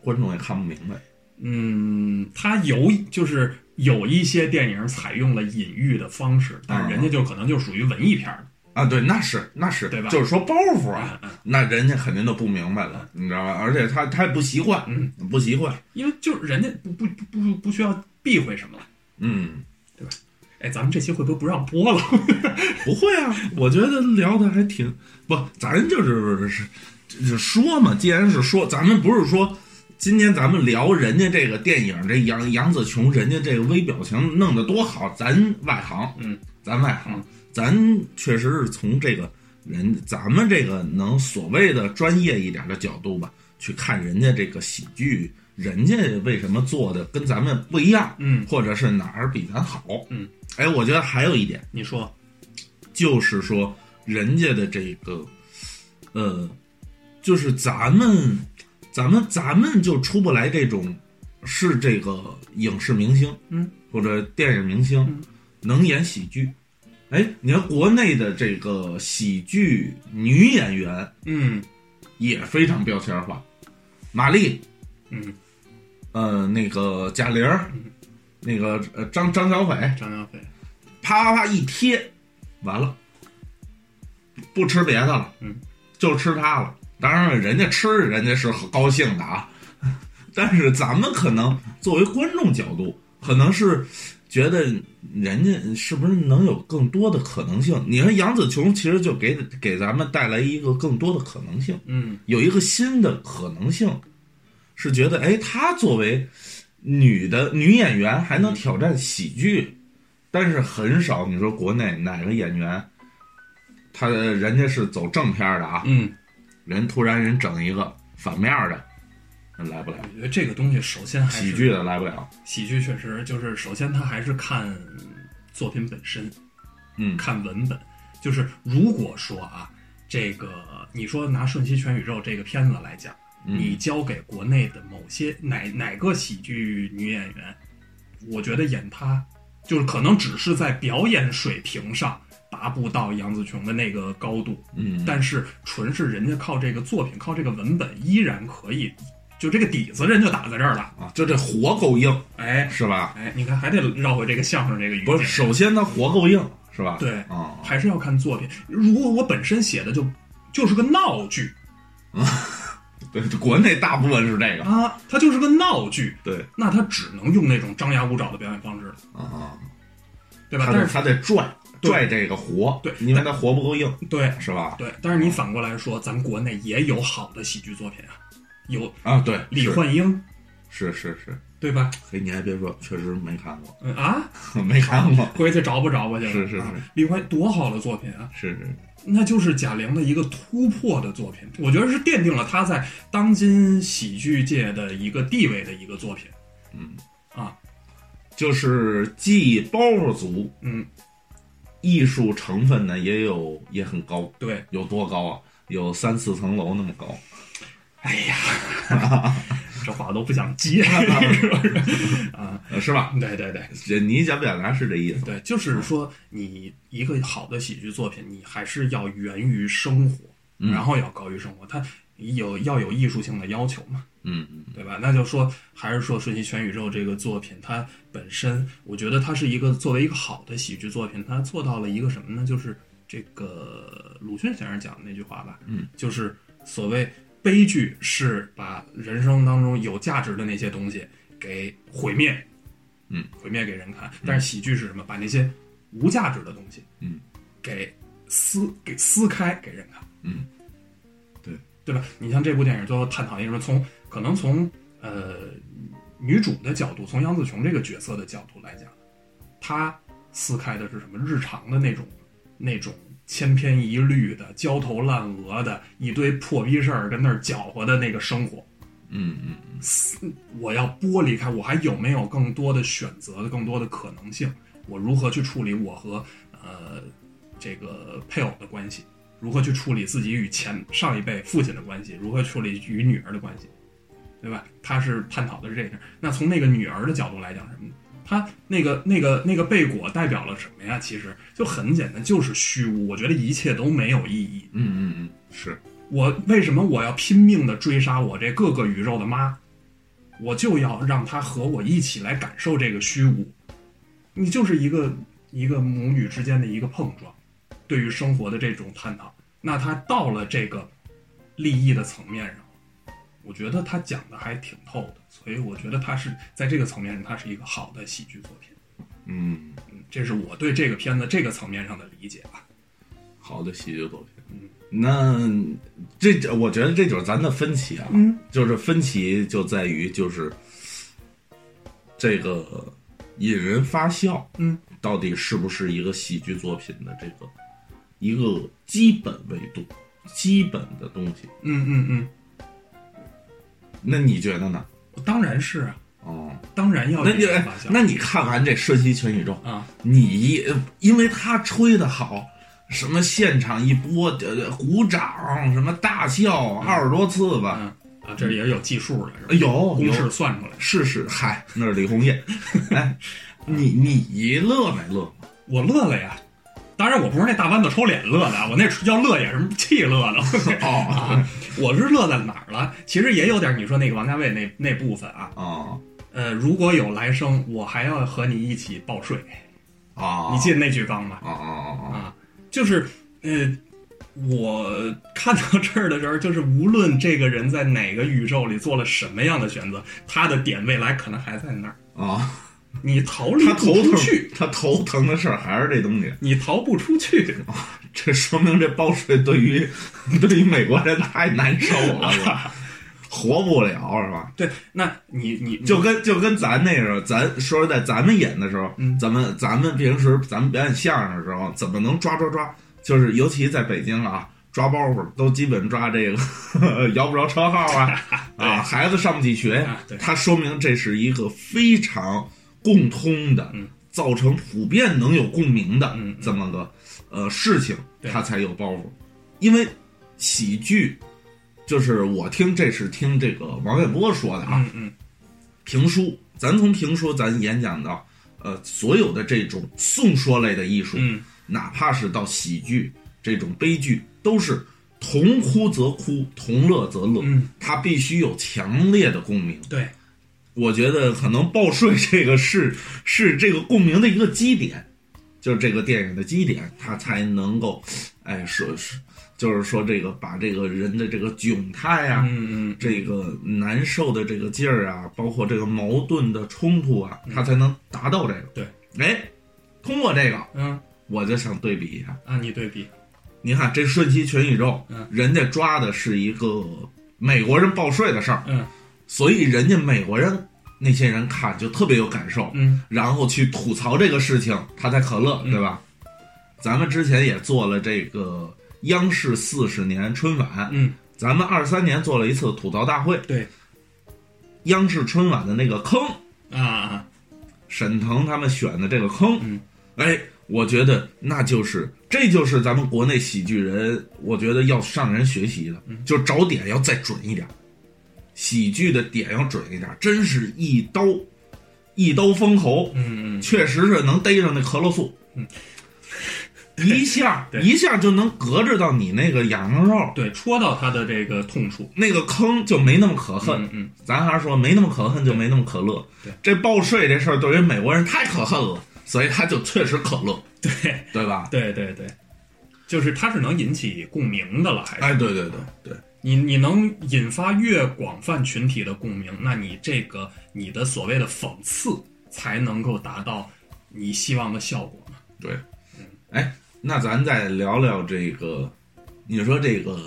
Speaker 1: 观众也看不明白。
Speaker 2: 嗯，它有就是有一些电影采用了隐喻的方式，但是
Speaker 1: 哦
Speaker 2: 人家就可能就属于文艺片儿。
Speaker 1: 啊，对，那是那是，
Speaker 2: 对吧嗯
Speaker 1: 就是说包袱啊，那人家肯定都不明白了，你知道吧？而且他他也不习惯，
Speaker 2: 嗯
Speaker 1: 不习惯，
Speaker 2: 因为就是人家不不不不不需要避讳什么了。
Speaker 1: 嗯，
Speaker 2: 哎，咱们这期会不会不让播了？
Speaker 1: 不会啊，我觉得聊的还挺不，咱就是是就是说嘛，既然是说，咱们不是说今天咱们聊人家这个电影，这杨杨紫琼人家这个微表情弄得多好，咱外行，
Speaker 2: 嗯，
Speaker 1: 咱外行，
Speaker 2: 嗯
Speaker 1: 咱确实是从这个人咱们这个能所谓的专业一点的角度吧，去看人家这个喜剧。人家为什么做的跟咱们不一样？
Speaker 2: 嗯
Speaker 1: 或者是哪儿比咱好？
Speaker 2: 嗯，
Speaker 1: 哎，我觉得还有一点，
Speaker 2: 你说，
Speaker 1: 就是说人家的这个，呃，就是咱们，咱们，咱们就出不来这种是这个影视明星，
Speaker 2: 嗯，
Speaker 1: 或者电影明星、
Speaker 2: 嗯
Speaker 1: 能演喜剧。哎，你看国内的这个喜剧女演员
Speaker 2: 嗯
Speaker 1: 也非常标签化，马丽，
Speaker 2: 嗯，
Speaker 1: 呃，那个贾玲儿
Speaker 2: 嗯，
Speaker 1: 那个呃张张小斐，
Speaker 2: 张小斐，
Speaker 1: 啪啪啪一贴，完了，不吃别的了，
Speaker 2: 嗯，
Speaker 1: 就吃它了。当然了，人家吃人家是很高兴的啊， 但是咱们可能作为观众角度，可能是觉得人家是不是能有更多的可能性？你看杨紫琼其实就给给咱们带来一个更多的可能性。
Speaker 2: 嗯
Speaker 1: 有一个新的可能性，是觉得哎，她作为女的女演员还能挑战喜剧，但是很少。你说国内哪个演员，他呃人家是走正片儿的啊，
Speaker 2: 嗯，
Speaker 1: 人突然人整一个反面儿的，那来不了
Speaker 2: 我，觉得这个东西首先还是
Speaker 1: 喜剧的来不了。
Speaker 2: 喜剧确实就是，首先它还是看作品本身，
Speaker 1: 嗯
Speaker 2: 看文本。就是如果说啊，这个你说拿《瞬息全宇宙》这个片子来讲，
Speaker 1: 嗯
Speaker 2: 你交给国内的某些哪哪个喜剧女演员，我觉得演她就是可能只是在表演水平上达不到杨紫琼的那个高度，
Speaker 1: 嗯，
Speaker 2: 但是纯是人家靠这个作品，靠这个文本依然可以，就这个底子人就打在这儿了，
Speaker 1: 啊，就这活够硬
Speaker 2: 哎。
Speaker 1: 是吧？
Speaker 2: 哎，你看，还得绕回这个相声这个语
Speaker 1: 不是，
Speaker 2: 境
Speaker 1: 首先他活够硬是吧？
Speaker 2: 对
Speaker 1: 啊，
Speaker 2: 还是要看作品。如果我本身写的就就是个闹剧
Speaker 1: 对，国内大部分是这个，
Speaker 2: 啊，它就是个闹剧，
Speaker 1: 对
Speaker 2: 那它只能用那种张牙舞爪的表演方式了，
Speaker 1: 啊，
Speaker 2: 对吧？
Speaker 1: 他得
Speaker 2: 但是
Speaker 1: 他得拽
Speaker 2: 对
Speaker 1: 拽这个活，
Speaker 2: 对
Speaker 1: 因为他活不够硬。
Speaker 2: 对
Speaker 1: 是吧？
Speaker 2: 对，但是你反过来说，咱国内也有好的喜剧作品啊，有
Speaker 1: 啊，对，
Speaker 2: 李
Speaker 1: 是
Speaker 2: 焕英，
Speaker 1: 是是是，
Speaker 2: 对吧？
Speaker 1: 嘿，你还别说，确实没看过，
Speaker 2: 嗯啊，
Speaker 1: 没看过，
Speaker 2: 回去找不着吧去了。
Speaker 1: 是是
Speaker 2: 啊
Speaker 1: 是
Speaker 2: 李焕多好的作品啊！
Speaker 1: 是是，
Speaker 2: 那就是贾玲的一个突破的作品，我觉得是奠定了她在当今喜剧界的一个地位的一个作品。嗯，啊，
Speaker 1: 就是既包袱足，
Speaker 2: 嗯，
Speaker 1: 艺术成分呢也有也很高，
Speaker 2: 对，
Speaker 1: 有多高啊？有三四层楼那么高，
Speaker 2: 哎呀， 这话我都不想接，是不是？啊，
Speaker 1: 呃是吧？
Speaker 2: 对对对
Speaker 1: 这你想表达是这意思吗？
Speaker 2: 对，就是
Speaker 1: 嗯
Speaker 2: 说，你一个好的喜剧作品，你还是要源于生活，
Speaker 1: 嗯
Speaker 2: 然后要高于生活，它有要有艺术性的要求嘛，
Speaker 1: 嗯嗯
Speaker 2: 对吧？那就说，还是说《瞬息全宇宙》这个作品，它本身，我觉得它是一个作为一个好的喜剧作品，它做到了一个什么呢？就是这个鲁迅先生讲的那句话吧，
Speaker 1: 嗯，
Speaker 2: 就是所谓悲剧是把人生当中有价值的那些东西给毁灭，
Speaker 1: 嗯，
Speaker 2: 毁灭给人看，但是喜剧是什么？把那些无价值的东西，
Speaker 1: 嗯，
Speaker 2: 给撕给撕开给人看，
Speaker 1: 嗯，对
Speaker 2: 对吧？你像这部电影最后探讨一个什么？从可能从呃女主的角度，从杨紫琼这个角色的角度来讲，她撕开的是什么？日常的那种那种千篇一律的、焦头烂额的一堆破逼事儿跟那儿搅和的那个生活。
Speaker 1: 嗯嗯嗯，
Speaker 2: 我要剥离开，我还有没有更多的选择、更多的可能性？我如何去处理我和呃这个配偶的关系？如何去处理自己与前上一辈父亲的关系？如何处理与女儿的关系？对吧？他是探讨的是这个。那从那个女儿的角度来讲，什么呢？他那个那个那个贝果代表了什么呀？其实就很简单，就是虚无。我觉得一切都没有意义。
Speaker 1: 嗯嗯嗯，是，
Speaker 2: 我为什么我要拼命的追杀我这各个宇宙的妈？我就要让他和我一起来感受这个虚无。你就是一个一个母女之间的一个碰撞，对于生活的这种探讨。那他到了这个利益的层面上，我觉得他讲的还挺透的，所以我觉得他是在这个层面上，他是一个好的喜剧作品。
Speaker 1: 嗯，
Speaker 2: 嗯，这是我对这个片子这个层面上的理解吧。
Speaker 1: 好的喜剧作
Speaker 2: 嗯
Speaker 1: 品。那这我觉得这就是咱的分歧啊，
Speaker 2: 嗯
Speaker 1: 就是分歧就在于就是这个引人发笑
Speaker 2: 嗯
Speaker 1: 到底是不是一个喜剧作品的这个一个基本维度、基本的东西。
Speaker 2: 嗯嗯嗯，
Speaker 1: 那你觉得呢？
Speaker 2: 当然是啊，
Speaker 1: 哦，
Speaker 2: 当然要
Speaker 1: 那你
Speaker 2: 有这个发笑
Speaker 1: 那你看完这《瞬息全宇宙》
Speaker 2: 啊，
Speaker 1: 你呃因为他吹的好，什么现场一播，呃，鼓掌，什么大笑二十多次吧，
Speaker 2: 嗯啊，这也有计数了，是吧？
Speaker 1: 有
Speaker 2: 公
Speaker 1: 有
Speaker 2: 式算出来的。
Speaker 1: 是是，嗨，那是李红叶， 哎，你你乐没乐？
Speaker 2: 我乐了呀。当然，我不是那大弯子抽脸乐的啊，我那要乐也是气乐的。
Speaker 1: 哦
Speaker 2: 啊，我是乐在哪儿了？其实也有点你说那个王家卫那那部分啊。
Speaker 1: 啊
Speaker 2: 呃，如果有来生，我还要和你一起报税。
Speaker 1: 啊，
Speaker 2: 你记得那句刚吗？
Speaker 1: 啊啊啊
Speaker 2: 啊，就是呃，我看到这儿的时候，就是无论这个人在哪个宇宙里做了什么样的选择，他的点未来可能还在那儿，
Speaker 1: 啊啊！
Speaker 2: 你逃离
Speaker 1: 他
Speaker 2: 不
Speaker 1: 头
Speaker 2: 出
Speaker 1: 疼
Speaker 2: 去，，
Speaker 1: 他头疼的事儿还是这东西，
Speaker 2: 你逃不出去。
Speaker 1: 这说明这报税对于 对于美国人太难受了，是 吧活不了是吧？
Speaker 2: 对，那你你
Speaker 1: 就跟就跟咱那时候，咱说实在，咱们演的时候，
Speaker 2: 嗯
Speaker 1: 咱们咱们平时咱们表演相声的时候，怎么能抓抓抓？就是尤其在北京啊，抓包袱都基本抓这个 摇不着车号 啊啊，孩子上不起学
Speaker 2: 啊对，
Speaker 1: 它说明这是一个非常共通的，造成普遍能有共鸣的
Speaker 2: 嗯嗯嗯
Speaker 1: 这么个呃事情，
Speaker 2: 对
Speaker 1: 它才有包袱，因为喜剧。就是我听，这是听这个王玥波说的啊，
Speaker 2: 嗯嗯
Speaker 1: 评书，咱从评书咱演讲到，呃，所有的这种诉说类的艺术，
Speaker 2: 嗯
Speaker 1: 哪怕是到喜剧这种悲剧，都是同哭则哭，同乐则乐，
Speaker 2: 嗯
Speaker 1: 它必须有强烈的共鸣。
Speaker 2: 对，
Speaker 1: 我觉得可能报税 这个是是这个共鸣的一个基点，就是这个电影的基点，它才能够，哎，说是就是说这个把这个人的这个窘态啊，
Speaker 2: 嗯嗯，
Speaker 1: 这个难受的这个劲儿啊，包括这个矛盾的冲突啊，他才能达到这个。
Speaker 2: 对，
Speaker 1: 哎，通过这个，
Speaker 2: 嗯
Speaker 1: 我就想对比一下，
Speaker 2: 啊，你对比，
Speaker 1: 你看这《瞬息全宇宙》
Speaker 2: 嗯
Speaker 1: 人家抓的是一个美国人报税的事儿，
Speaker 2: 嗯
Speaker 1: 所以人家美国人那些人看就特别有感受，
Speaker 2: 嗯
Speaker 1: 然后去吐槽这个事情，他才可乐，对吧？咱们之前也做了这个央视四十年春晚，
Speaker 2: 嗯，
Speaker 1: 咱们二三年做了一次吐槽大会，
Speaker 2: 对
Speaker 1: 央视春晚的那个坑，
Speaker 2: 啊啊，
Speaker 1: 沈腾他们选的这个坑，
Speaker 2: 嗯
Speaker 1: 哎，我觉得那就是这就是咱们国内喜剧人，我觉得要向人学习的，
Speaker 2: 嗯
Speaker 1: 就找点要再准一点，喜剧的点要准一点，真是一刀一刀封喉，
Speaker 2: 嗯嗯
Speaker 1: 确实是能逮上那咳嗽素，
Speaker 2: 嗯
Speaker 1: 一下
Speaker 2: 对
Speaker 1: 一下就能隔着到你那个痒痒肉，
Speaker 2: 对，戳到他的这个痛处，
Speaker 1: 那个坑就没那么可恨。
Speaker 2: 嗯嗯，
Speaker 1: 咱还是说没那么可恨就没那么可乐
Speaker 2: 对。
Speaker 1: 这报税这事儿对于美国人太可恨了，所以他就确实可乐，
Speaker 2: 对
Speaker 1: 对吧？
Speaker 2: 对对对，就是它是能引起共鸣的了，还是
Speaker 1: 哎，对对对对，
Speaker 2: 你你能引发越广泛群体的共鸣，那你这个你的所谓的讽刺才能够达到你希望的效果嘛？
Speaker 1: 对，哎，那咱再聊聊这个，你说这个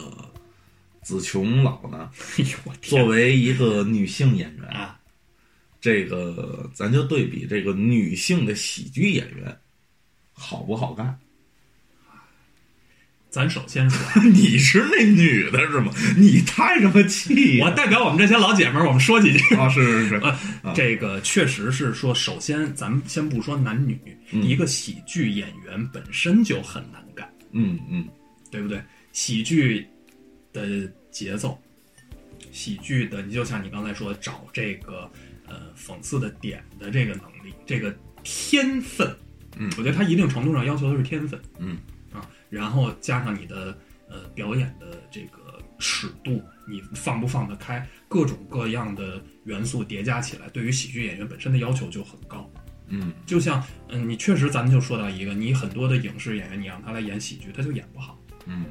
Speaker 1: 紫琼老呢，
Speaker 2: 哎呦我天
Speaker 1: 作为一个女性演员，
Speaker 2: 啊，
Speaker 1: 这个咱就对比这个女性的喜剧演员好不好干？
Speaker 2: 咱首先说啊，
Speaker 1: 你是那女的是吗？你叹什么气
Speaker 2: 我
Speaker 1: 呀、
Speaker 2: 代表我们这些老姐们儿，我们说几句。
Speaker 1: 啊，是是是，
Speaker 2: 呃，这个确实是说，首先咱们先不说男女，一个喜剧演员本身就很难干，
Speaker 1: 嗯嗯
Speaker 2: 对不对？喜剧的节奏，喜剧的，你就像你刚才说，找这个呃讽刺的点的这个能力，这个天分，
Speaker 1: 嗯
Speaker 2: 我觉得他一定程度上要求的是天分
Speaker 1: 嗯
Speaker 2: 啊，然后加上你的呃表演的这个尺度，你放不放得开，各种各样的元素叠加起来，对于喜剧演员本身的要求就很高。
Speaker 1: 嗯，
Speaker 2: 就像嗯，你确实咱们就说到一个，你很多的影视演员，你让他来演喜剧，他就演不好。
Speaker 1: 嗯，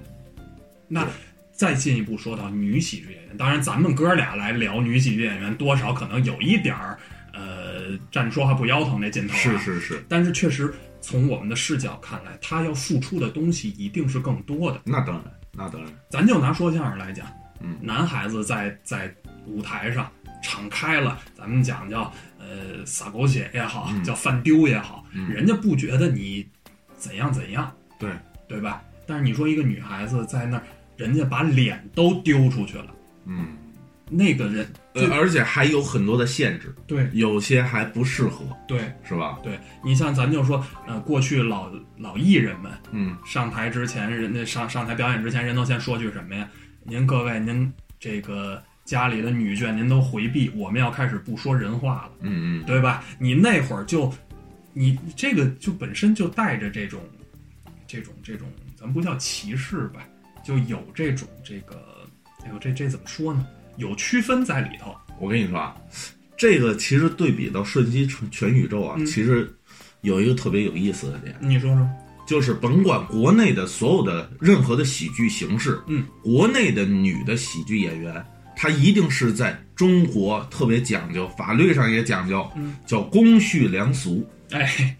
Speaker 2: 那再进一步说到女喜剧演员，当然咱们哥俩来聊女喜剧演员，多少可能有一点儿呃站着说话不腰疼那劲头、啊。
Speaker 1: 嗯是是是，
Speaker 2: 但是确实从我们的视角看来，他要付出的东西一定是更多的。
Speaker 1: 那当然，那当然，
Speaker 2: 咱就拿说相声来讲，
Speaker 1: 嗯
Speaker 2: 男孩子在在舞台上敞开了，咱们讲叫呃撒狗血也好，
Speaker 1: 嗯
Speaker 2: 叫犯丢也好，
Speaker 1: 嗯
Speaker 2: 人家不觉得你怎样怎样，
Speaker 1: 对，
Speaker 2: 对吧？但是你说一个女孩子在那儿，人家把脸都丢出去了，
Speaker 1: 嗯，
Speaker 2: 那个人，
Speaker 1: 呃，而且还有很多的限制，
Speaker 2: 对
Speaker 1: 有些还不适合，
Speaker 2: 对
Speaker 1: 是吧？
Speaker 2: 对，你像咱就说，呃，过去老老艺人们，
Speaker 1: 嗯，
Speaker 2: 上台之前，人家上上台表演之前，人都先说句什么呀？您各位，您这个家里的女眷您都回避，我们要开始不说人话了，
Speaker 1: 嗯嗯，
Speaker 2: 对吧？你那会儿就，你这个就本身就带着这种，这种这种，咱们不叫歧视吧，就有这种这个，哎呦，这这怎么说呢？有区分在里头，
Speaker 1: 我跟你说啊，这个其实对比到瞬息全全宇宙啊，其实有一个特别有意思的点，
Speaker 2: 你说说，
Speaker 1: 就是甭管国内的所有的任何的喜剧形式，
Speaker 2: 嗯，
Speaker 1: 国内的女的喜剧演员，她一定是在中国特别讲究，法律上也讲究，
Speaker 2: 嗯
Speaker 1: 叫公序良俗，
Speaker 2: 哎，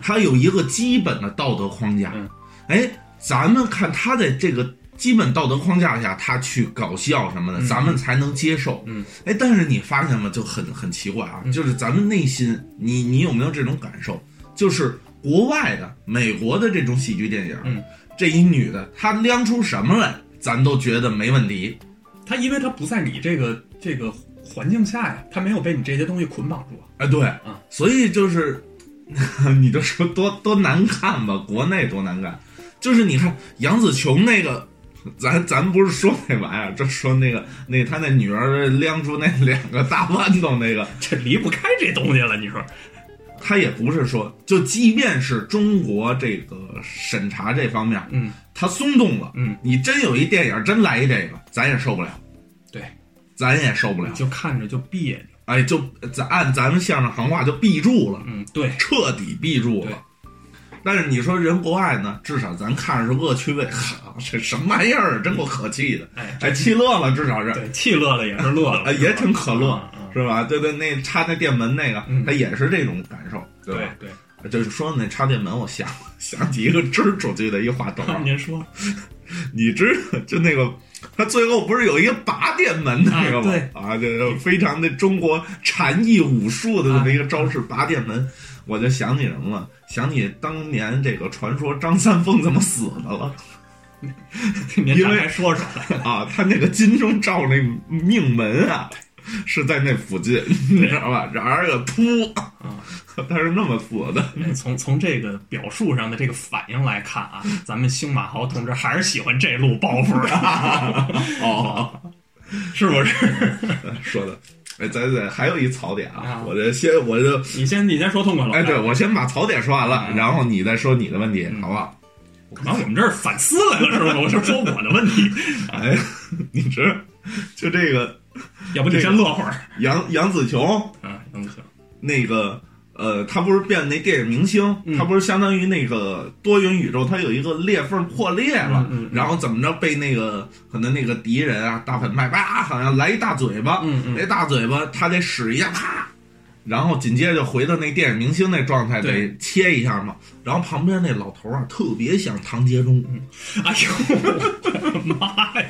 Speaker 1: 她有一个基本的道德框架
Speaker 2: 嗯。
Speaker 1: 哎，咱们看她在这个基本道德框架下，她去搞笑什么的，咱们才能接受。
Speaker 2: 嗯，
Speaker 1: 哎，但是你发现吗？就很很奇怪啊，就是咱们内心，你你有没有这种感受？就是国外的美国的这种喜剧电影，
Speaker 2: 嗯
Speaker 1: 这一女的她亮出什么来，咱都觉得没问题。
Speaker 2: 他因为他不在你这个这个环境下呀，他没有被你这些东西捆绑住啊。
Speaker 1: 哎，对，
Speaker 2: 嗯
Speaker 1: 所以就是， 你就说多多难看吧，国内多难看，就是你看杨紫琼那个，咱咱不是说那玩意儿，就说那个那他那女儿亮出那两个大豌豆那个，
Speaker 2: 这离不开这东西了，你说？
Speaker 1: 他也不是说，就即便是中国这个审查这方面，
Speaker 2: 嗯，
Speaker 1: 他松动了，
Speaker 2: 嗯，
Speaker 1: 你真有一电影真来一这个，咱也受不了，
Speaker 2: 对，
Speaker 1: 咱也受不了
Speaker 2: 你，就看着就别扭。
Speaker 1: 哎，就咱按咱们相声行话就闭住了，
Speaker 2: 嗯，对，
Speaker 1: 彻底闭住
Speaker 2: 对
Speaker 1: 了。但是你说人国外呢，至少咱看着是恶趣味，哈，这什么玩意儿，真够可气的，
Speaker 2: 嗯哎
Speaker 1: 哎，气乐了，至少是，
Speaker 2: 对，气乐了也是乐了，
Speaker 1: 啊，也挺可乐
Speaker 2: 嗯，嗯
Speaker 1: 是吧？对对，那插那电门那个
Speaker 2: 嗯，
Speaker 1: 他也是这种感受，对
Speaker 2: 对
Speaker 1: 吧？
Speaker 2: 对。
Speaker 1: 就是说那插电门，我想想起一个支出去的一话头，
Speaker 2: 您说
Speaker 1: 你知道就那个。他最后不是有一个拔电门那个吗？啊，就是非常的中国禅意武术的这么一个招式，拔电门。我就想起什么了？想起当年这个传说张三丰怎么死的了
Speaker 2: 您
Speaker 1: 因
Speaker 2: 展
Speaker 1: 为
Speaker 2: 开说说，
Speaker 1: 啊？他那个金钟罩那命门啊，是在那附近，你知道吧？然而个噗，
Speaker 2: 啊
Speaker 1: 他是那么死的。
Speaker 2: 哎从从这个表述上的这个反应来看啊，咱们星马豪同志还是喜欢这路包袱的，
Speaker 1: 哦，
Speaker 2: 是不是？
Speaker 1: 说的，哎，咱咱还有一槽点啊
Speaker 2: 啊，
Speaker 1: 我这先我就
Speaker 2: 你先你先说痛快了，
Speaker 1: 哎，对，我先把槽点说完了，然后你再说你的问题，好不好？
Speaker 2: 干嗯嘛我们这儿反思来了是吧？我是说我的问题，
Speaker 1: 哎， 你这就这个
Speaker 2: 要不你先乐会儿
Speaker 1: 杨杨紫琼
Speaker 2: 啊，能行，
Speaker 1: 那个呃，她不是变那电影明星，
Speaker 2: 嗯
Speaker 1: 她不是相当于那个多元宇宙，她有一个裂缝破裂了，
Speaker 2: 嗯嗯嗯
Speaker 1: 然后怎么着被那个可能那个敌人啊大反派啪，好像来一大嘴巴，
Speaker 2: 嗯嗯
Speaker 1: 那大嘴巴她得使一下啪。然后紧接着就回到那电影明星那状态，
Speaker 2: 对
Speaker 1: 得切一下嘛。然后旁边那老头啊，特别像唐杰忠，
Speaker 2: 哎呦，我的妈呀！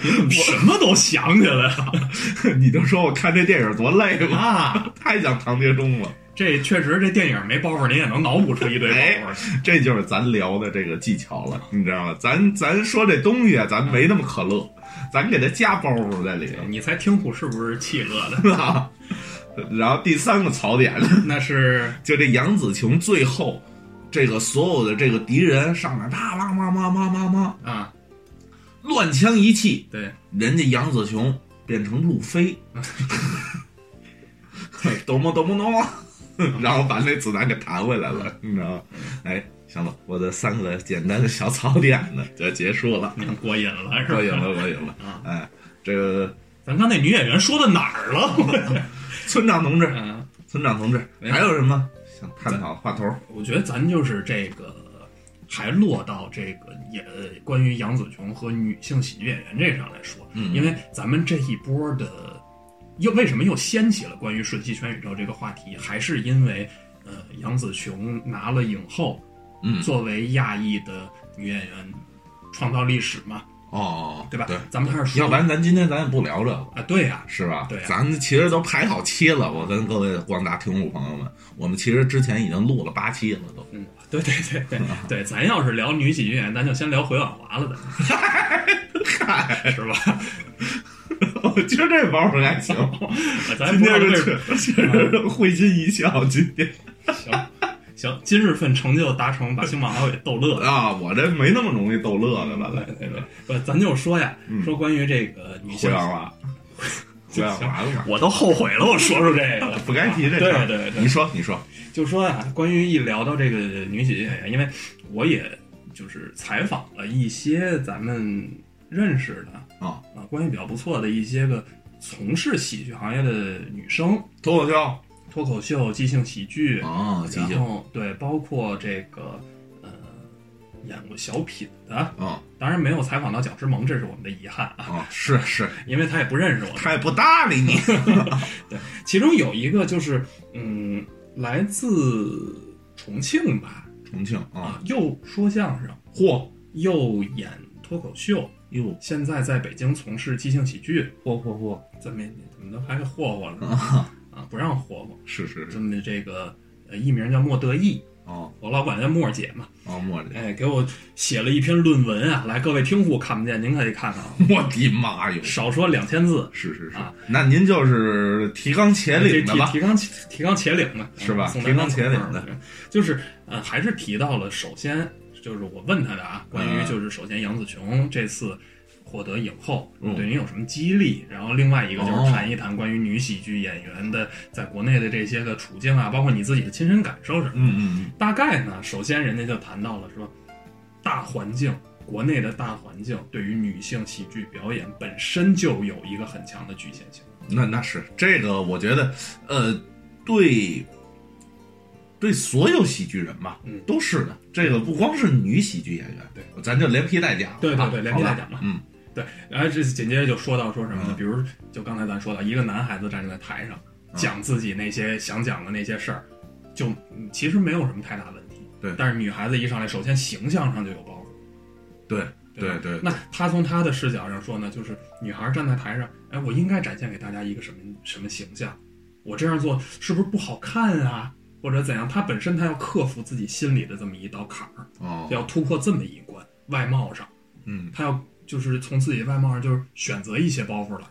Speaker 2: 你怎么什么都想起来了
Speaker 1: 你就说我看这电影多累吧，
Speaker 2: 啊！
Speaker 1: 太像唐杰忠了。
Speaker 2: 这确实，这电影没包袱，你也能脑补出一堆包
Speaker 1: 哎
Speaker 2: 袱。
Speaker 1: 这就是咱聊的这个技巧了，你知道吗？咱咱说这东西啊，咱没那么可乐，咱给它加包袱在里
Speaker 2: 你才听虎是不是气 乐的？
Speaker 1: 头。啊然后第三个槽点，
Speaker 2: 那是
Speaker 1: 就这杨紫琼最后，这个所有的这个敌人上来啪啪啪啪啪啪啪
Speaker 2: 啊，
Speaker 1: 乱枪一气，
Speaker 2: 对，
Speaker 1: 人家杨紫琼变成路 飞， 哆么哆么哆，然后把那子弹给弹回来了，你知道吗？哎，行了，我的三个简单的小槽点呢就结束了，
Speaker 2: 你看过瘾了是吧？
Speaker 1: 过瘾了，过瘾了
Speaker 2: 啊！
Speaker 1: 哎，这个
Speaker 2: 咱刚那女演员说到哪儿了？
Speaker 1: 村长同志，
Speaker 2: 嗯，
Speaker 1: 村长同志，
Speaker 2: 没哦
Speaker 1: 还有什么想探讨话头？
Speaker 2: 我觉得咱就是这个，还落到这个也关于杨紫琼和女性喜剧演员这上来说，
Speaker 1: 嗯
Speaker 2: 因为咱们这一波的又为什么又掀起了关于瞬息全宇宙这个话题，还是因为呃杨紫琼拿了影后，
Speaker 1: 嗯，
Speaker 2: 作为亚裔的女演员创造历史嘛，
Speaker 1: 哦，
Speaker 2: 对吧？
Speaker 1: 对，
Speaker 2: 咱们还是说，
Speaker 1: 要不然咱今天咱也不聊这个。
Speaker 2: 啊，对呀、
Speaker 1: 是吧？
Speaker 2: 对啊
Speaker 1: 咱其实都排好期了。我跟各位广大听众朋友们，我们其实之前已经录了八期了都。
Speaker 2: 嗯，对对对 对对，咱要是聊女喜剧演员，咱就先聊回婉华了， 咱是吧？
Speaker 1: 我 今儿这包儿还行，
Speaker 2: 咱
Speaker 1: 今
Speaker 2: 哎不
Speaker 1: 天
Speaker 2: 知道
Speaker 1: 是
Speaker 2: 这
Speaker 1: 确实会心一笑。今天
Speaker 2: 行行，今日份成就达成，把星马老给逗乐哎了。
Speaker 1: 啊，我这没那么容易逗乐的了。
Speaker 2: 对对对，不，咱就说呀，说关于这个
Speaker 1: 嗯
Speaker 2: 女
Speaker 1: 胡
Speaker 2: 性，
Speaker 1: 小娃，胡小娃了吧？
Speaker 2: 我都后悔了，我说出这个
Speaker 1: 不该提这事
Speaker 2: 对
Speaker 1: 儿。
Speaker 2: 对
Speaker 1: 你
Speaker 2: 对，
Speaker 1: 说，你说，
Speaker 2: 就说啊，关于一聊到这个女喜剧演员，因为我也就是采访了一些咱们认识的
Speaker 1: 啊，
Speaker 2: 啊，关系比较不错的一些个从事喜剧行业的女生，
Speaker 1: 脱口秀
Speaker 2: 脱口秀、即兴喜剧，
Speaker 1: 啊，即
Speaker 2: 然
Speaker 1: 兴
Speaker 2: 后对，包括这个呃，演过小品的，
Speaker 1: 啊
Speaker 2: 当然没有采访到蒋之萌，这是我们的遗憾啊，
Speaker 1: 啊，是是，
Speaker 2: 因为他也不认识我们。
Speaker 1: 他也不搭理 你。
Speaker 2: 对，其中有一个就是嗯，来自重庆吧，
Speaker 1: 重庆啊，
Speaker 2: 啊，又说相声，
Speaker 1: 嚯
Speaker 2: 又演脱口秀，
Speaker 1: 哟，
Speaker 2: 现在在北京从事即兴喜剧，
Speaker 1: 嚯嚯嚯
Speaker 2: 怎么怎么都还霍霍了
Speaker 1: 啊，
Speaker 2: 啊？不让霍霍，
Speaker 1: 是是
Speaker 2: 这
Speaker 1: 是
Speaker 2: 么这个呃艺名叫莫德义，
Speaker 1: 哦
Speaker 2: 我老管他叫莫姐嘛。
Speaker 1: 哦，墨迹，
Speaker 2: 哎，给我写了一篇论文啊！来，各位听户看不见，您可以看看啊，
Speaker 1: 我的妈哟！
Speaker 2: 少说两千字，
Speaker 1: 是是是
Speaker 2: 啊，
Speaker 1: 那您就是提纲挈
Speaker 2: 这
Speaker 1: 领的
Speaker 2: 提
Speaker 1: 吧？
Speaker 2: 提纲提纲挈领的
Speaker 1: 是吧
Speaker 2: 嗯宋
Speaker 1: 提纲
Speaker 2: 丹丹
Speaker 1: 挈领
Speaker 2: 同志
Speaker 1: 的
Speaker 2: 对就是呃，还是提到了，首先就是我问他的啊，关
Speaker 1: 嗯
Speaker 2: 于就是首先杨紫琼这次获得影后、
Speaker 1: 嗯
Speaker 2: 对您有什么激励，然后另外一个就
Speaker 1: 哦
Speaker 2: 是谈一谈关于女喜剧演员的在国内的这些个处境啊，包括你自己的亲身感受什么的。
Speaker 1: 嗯嗯
Speaker 2: 大概呢，首先人家就谈到了说，大环境，国内的大环境对于女性喜剧表演本身就有一个很强的局限性。
Speaker 1: 嗯，那那是这个，我觉得，呃，对，对所有喜剧人吧，
Speaker 2: 嗯
Speaker 1: 都是的。这个不光是女喜剧演员，
Speaker 2: 对，
Speaker 1: 咱就连皮带讲，
Speaker 2: 对对
Speaker 1: 啊
Speaker 2: 对连皮带讲
Speaker 1: 好吧
Speaker 2: 嘛
Speaker 1: 嗯，
Speaker 2: 对，然后这紧接着就说到说什么呢
Speaker 1: 嗯？
Speaker 2: 比如就刚才咱说到，一个男孩子站在台上讲自己那些想讲的那些事儿，就嗯其实没有什么太大问题。
Speaker 1: 对
Speaker 2: 但是女孩子一上来，首先形象上就有包袱。
Speaker 1: 对
Speaker 2: 吧
Speaker 1: 对对，
Speaker 2: 那她从她的视角上说呢，就是女孩站在台上，哎，我应该展现给大家一个什么什么形象？我这样做是不是不好看啊？或者怎样？她本身她要克服自己心里的这么一道坎儿，
Speaker 1: 哦，
Speaker 2: 要突破这么一关。外貌上，
Speaker 1: 嗯
Speaker 2: 她要就是从自己外貌上就是选择一些包袱了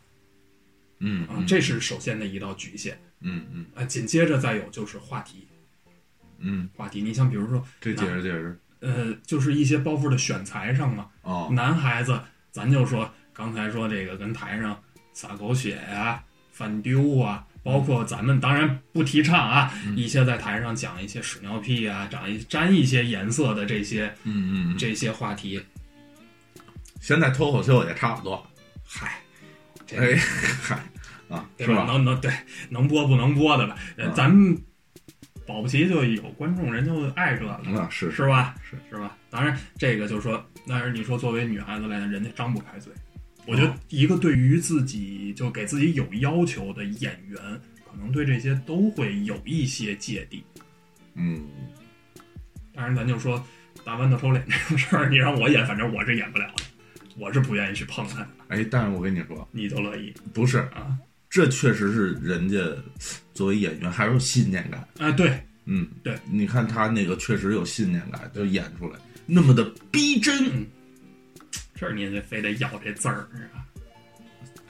Speaker 1: 嗯
Speaker 2: 啊，
Speaker 1: 嗯
Speaker 2: 这是首先的一道局限
Speaker 1: 嗯嗯
Speaker 2: 啊。紧接着再有就是话题，
Speaker 1: 嗯，
Speaker 2: 话题，你像比如说，
Speaker 1: 这解释解释
Speaker 2: 呃，就是一些包袱的选材上嘛，
Speaker 1: 哦，
Speaker 2: 男孩子，咱就说刚才说这个跟台上撒狗血呀、犯丢啊，包括咱们当然不提倡啊，一些在台上讲一些屎尿屁啊，长一沾一些颜色的这些
Speaker 1: 嗯嗯嗯，
Speaker 2: 这些话题，
Speaker 1: 现在脱口秀也差不多，
Speaker 2: 嗨，这
Speaker 1: 哎嗨啊，
Speaker 2: 对
Speaker 1: 是
Speaker 2: 吧？
Speaker 1: 吧？
Speaker 2: 能能对能播不能播的吧？呃
Speaker 1: 嗯
Speaker 2: 咱们保不齐就有观众人就爱这个，
Speaker 1: 那啊是
Speaker 2: 是吧？
Speaker 1: 是
Speaker 2: 是吧？当然，这个就是说，但是你说作为女孩子来讲，人家张不开嘴。我觉得一个对于自己就给自己有要求的演员，可能对这些都会有一些芥蒂。
Speaker 1: 嗯，
Speaker 2: 当然，咱就说大豌豆抽脸这种事儿，你让我演，反正我是演不了的，我是不愿意去碰它的。
Speaker 1: 哎，但是我跟你说，
Speaker 2: 你就乐意
Speaker 1: 不是
Speaker 2: 啊？
Speaker 1: 这确实是人家作为演员还是有信念感。
Speaker 2: 啊，对，
Speaker 1: 嗯，
Speaker 2: 对，
Speaker 1: 你看他那个确实有信念感，就演出来那么的逼真，
Speaker 2: 这儿你也非得咬这字儿，是吧？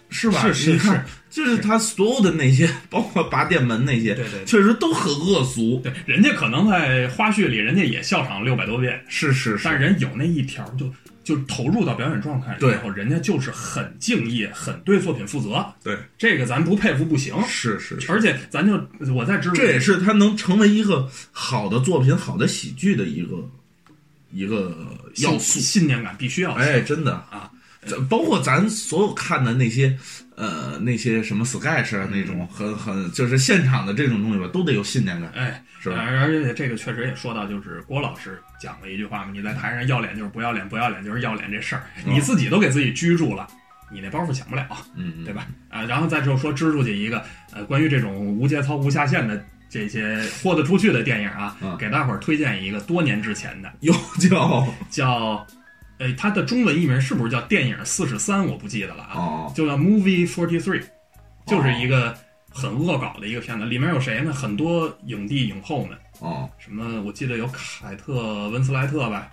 Speaker 1: 是吧？
Speaker 2: 是是
Speaker 1: 你看，就是他所有的那些，包括拔电门那些，
Speaker 2: 对对对
Speaker 1: 确实都很恶俗。
Speaker 2: 对，人家可能在花絮里，人家也笑场六百多遍，
Speaker 1: 是是
Speaker 2: 但
Speaker 1: 是，
Speaker 2: 是人有那一条就就投入到表演状态里，
Speaker 1: 对
Speaker 2: 然后人家就是很敬业，很对作品负责，
Speaker 1: 对，
Speaker 2: 这个咱不佩服不行。
Speaker 1: 是是是，
Speaker 2: 而且咱就我在知
Speaker 1: 这也是他能成为一个好的作品、好的喜剧的一个一个要素
Speaker 2: 信。信念感必须要强
Speaker 1: 哎，真的，
Speaker 2: 啊，
Speaker 1: 咱包括咱所有看的那些，呃，那些什么 sketch 啊，那
Speaker 2: 嗯
Speaker 1: 种很很就是现场的这种东西吧，都得有信念感。
Speaker 2: 哎，
Speaker 1: 是吧
Speaker 2: 而而且这个确实也说到，就是郭老师讲了一句话嘛，你在台上要脸就是不要脸，不要脸就是要脸这事儿，你自己都给自己拘住了，你那包袱抢不了，
Speaker 1: 嗯，
Speaker 2: 对吧？啊，然后再就说支出去一个，呃，关于这种无节操、无下限的这些豁得出去的电影啊，
Speaker 1: 嗯
Speaker 2: 给大伙儿推荐一个多年之前的，
Speaker 1: 有叫
Speaker 2: 叫，呃，它的中文译名是不是叫电影四十三？我不记得了啊，
Speaker 1: 哦，
Speaker 2: 就叫 Movie Forty Three，就是一个很恶搞的一个片子，里面有谁呢？很多影帝影后们。
Speaker 1: 哦，
Speaker 2: 什么？我记得有凯特温斯莱特吧，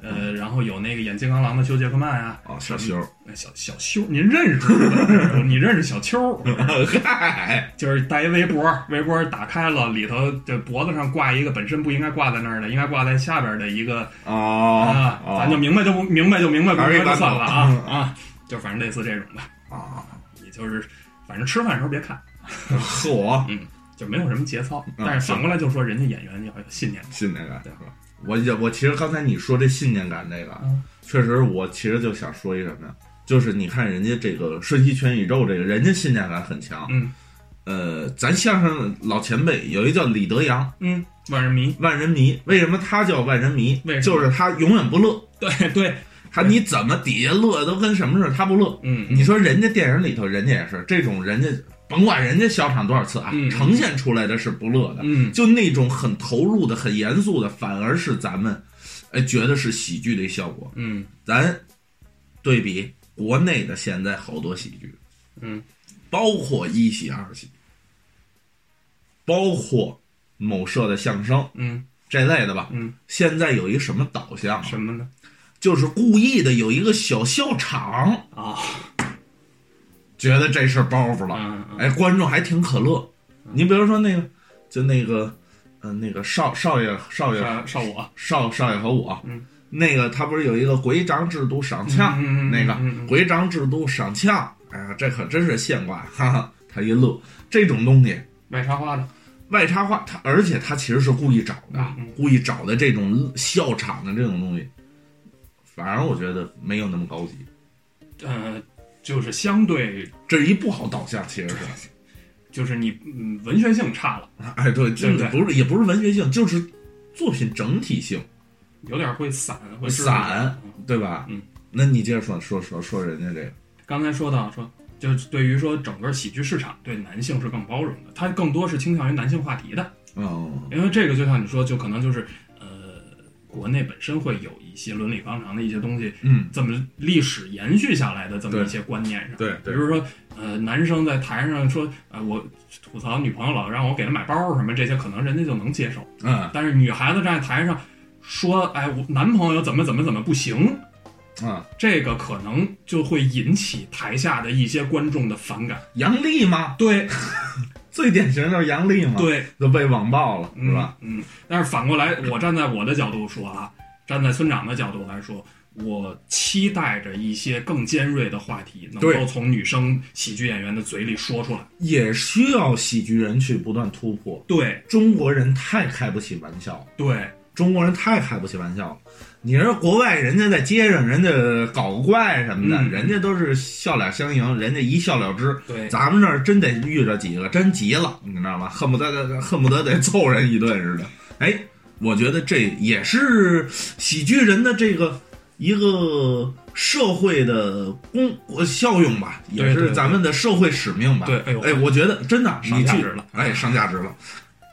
Speaker 1: 嗯
Speaker 2: 呃，然后有那个演金刚狼的休杰克曼啊，
Speaker 1: 哦，小修，
Speaker 2: 哎小小修，您认识？ 你认识小秋？
Speaker 1: 嗨，
Speaker 2: 就是带一围脖，围脖打开了，里头这脖子上挂一个本身不应该挂在那儿的，应该挂在下边的一个
Speaker 1: 哦
Speaker 2: 啊，，
Speaker 1: 哦
Speaker 2: 咱就明白就不明白就明白，不
Speaker 1: 还是
Speaker 2: 明白就
Speaker 1: 一般
Speaker 2: 算
Speaker 1: 的
Speaker 2: 了啊啊，就反正类似这种吧，
Speaker 1: 啊，
Speaker 2: 也就是反正吃饭的时候别看，
Speaker 1: 和我
Speaker 2: 嗯，就没有什么节操，
Speaker 1: 嗯
Speaker 2: 但是
Speaker 1: 是
Speaker 2: 反过来就说人家演员要有信念，
Speaker 1: 信念感
Speaker 2: 对。
Speaker 1: 我也我其实刚才你说这信念感这个，
Speaker 2: 嗯
Speaker 1: 确实我其实就想说一什么呀，就是你看人家这个瞬息全宇宙这个，人家信念感很强。
Speaker 2: 嗯
Speaker 1: 呃，咱相声老前辈有一叫李德阳，
Speaker 2: 嗯，万人迷，
Speaker 1: 万人迷。为什么他叫万人迷？
Speaker 2: 为什么
Speaker 1: 就是他永远不乐，
Speaker 2: 对对，
Speaker 1: 他你怎么底下乐都跟什么似的，他不乐。
Speaker 2: 嗯，嗯
Speaker 1: 你说人家电影里头，人家也是这种，人家甭管人家笑场多少次啊，
Speaker 2: 嗯
Speaker 1: 呈现出来的是不乐的，
Speaker 2: 嗯
Speaker 1: 就那种很投入的、很严肃的，反而是咱们，哎，觉得是喜剧的效果。
Speaker 2: 嗯
Speaker 1: 咱对比国内的现在好多喜剧，
Speaker 2: 嗯，
Speaker 1: 包括一喜、二喜，包括某社的相声
Speaker 2: 嗯
Speaker 1: 这类的吧，
Speaker 2: 嗯，
Speaker 1: 现在有一什么导向啊？
Speaker 2: 什么呢？
Speaker 1: 就是故意的有一个小笑场，
Speaker 2: 啊，
Speaker 1: 觉得这是包袱
Speaker 2: 嗯
Speaker 1: 了
Speaker 2: 嗯，
Speaker 1: 哎，观众还挺可乐。你比如说那个，就那个，呃，那个少少爷少爷
Speaker 2: 少少嗯我，
Speaker 1: 少少爷和我，
Speaker 2: 嗯
Speaker 1: 那个他不是有一个规章制度赏呛，
Speaker 2: 嗯嗯嗯
Speaker 1: 那个
Speaker 2: 嗯嗯
Speaker 1: 规章制度赏呛，哎呀，这可真是现挂，哈哈，他一乐，这种东西
Speaker 2: 卖插花的，
Speaker 1: 外插话，他而且他其实是故意找的，
Speaker 2: 嗯嗯
Speaker 1: 故意找的这种笑场的这种东西，反而我觉得没有那么高级，
Speaker 2: 呃，就是相对，
Speaker 1: 这是一不好导向，其实是，
Speaker 2: 就是你嗯文学性差了，
Speaker 1: 哎，对，
Speaker 2: 对
Speaker 1: 这
Speaker 2: 不对
Speaker 1: 不是也不是文学性，就是作品整体性
Speaker 2: 有点会散，会支
Speaker 1: 散
Speaker 2: 嗯，
Speaker 1: 对吧？
Speaker 2: 嗯，
Speaker 1: 那你接着说说说说人家这个，
Speaker 2: 刚才说到说，就是对于说整个喜剧市场对男性是更包容的，它更多是倾向于男性话题的，
Speaker 1: 嗯
Speaker 2: 因为这个就像你说，就可能就是呃，国内本身会有一些伦理纲常的一些东西，
Speaker 1: 嗯。
Speaker 2: 这么历史延续下来的这么
Speaker 1: 对
Speaker 2: 一些观念上，
Speaker 1: 对对
Speaker 2: 比如说呃，男生在台上说呃，我吐槽女朋友老让我给她买包什么这些，可能人家就能接受，
Speaker 1: 嗯
Speaker 2: 但是女孩子站在台上说，哎，我男朋友怎么怎么怎么不行，
Speaker 1: 嗯，
Speaker 2: 这个可能就会引起台下的一些观众的反感，啊
Speaker 1: 杨笠嘛，
Speaker 2: 对
Speaker 1: 最典型就是杨笠嘛，，
Speaker 2: 对，
Speaker 1: 都被网暴了，
Speaker 2: 嗯
Speaker 1: 是吧？？
Speaker 2: 嗯，但是反过来，我站在我的角度说啊，站在村长的角度来说，我期待着一些更尖锐的话题能够
Speaker 1: 对
Speaker 2: 从女生喜剧演员的嘴里说出来。
Speaker 1: 也需要喜剧人去不断突破。
Speaker 2: 对
Speaker 1: 中国人太开不起玩笑了，
Speaker 2: 对，
Speaker 1: 中国人太开不起玩笑了。你说国外人家在街上，人家搞个怪什么的，
Speaker 2: 嗯
Speaker 1: 人家都是笑脸相迎，人家一笑了之。
Speaker 2: 对
Speaker 1: 咱们这儿真得遇着几个真急了，你知道吗？恨不得恨不得得揍人一顿似的。哎，我觉得这也是喜剧人的这个一个社会的功呃效用吧，也
Speaker 2: 对对
Speaker 1: 是
Speaker 2: 对
Speaker 1: 咱们的社会使命吧。
Speaker 2: 对哎呦
Speaker 1: 哎，我觉得真的
Speaker 2: 上
Speaker 1: 你
Speaker 2: 价
Speaker 1: 去
Speaker 2: 值了
Speaker 1: 哎，上价值了，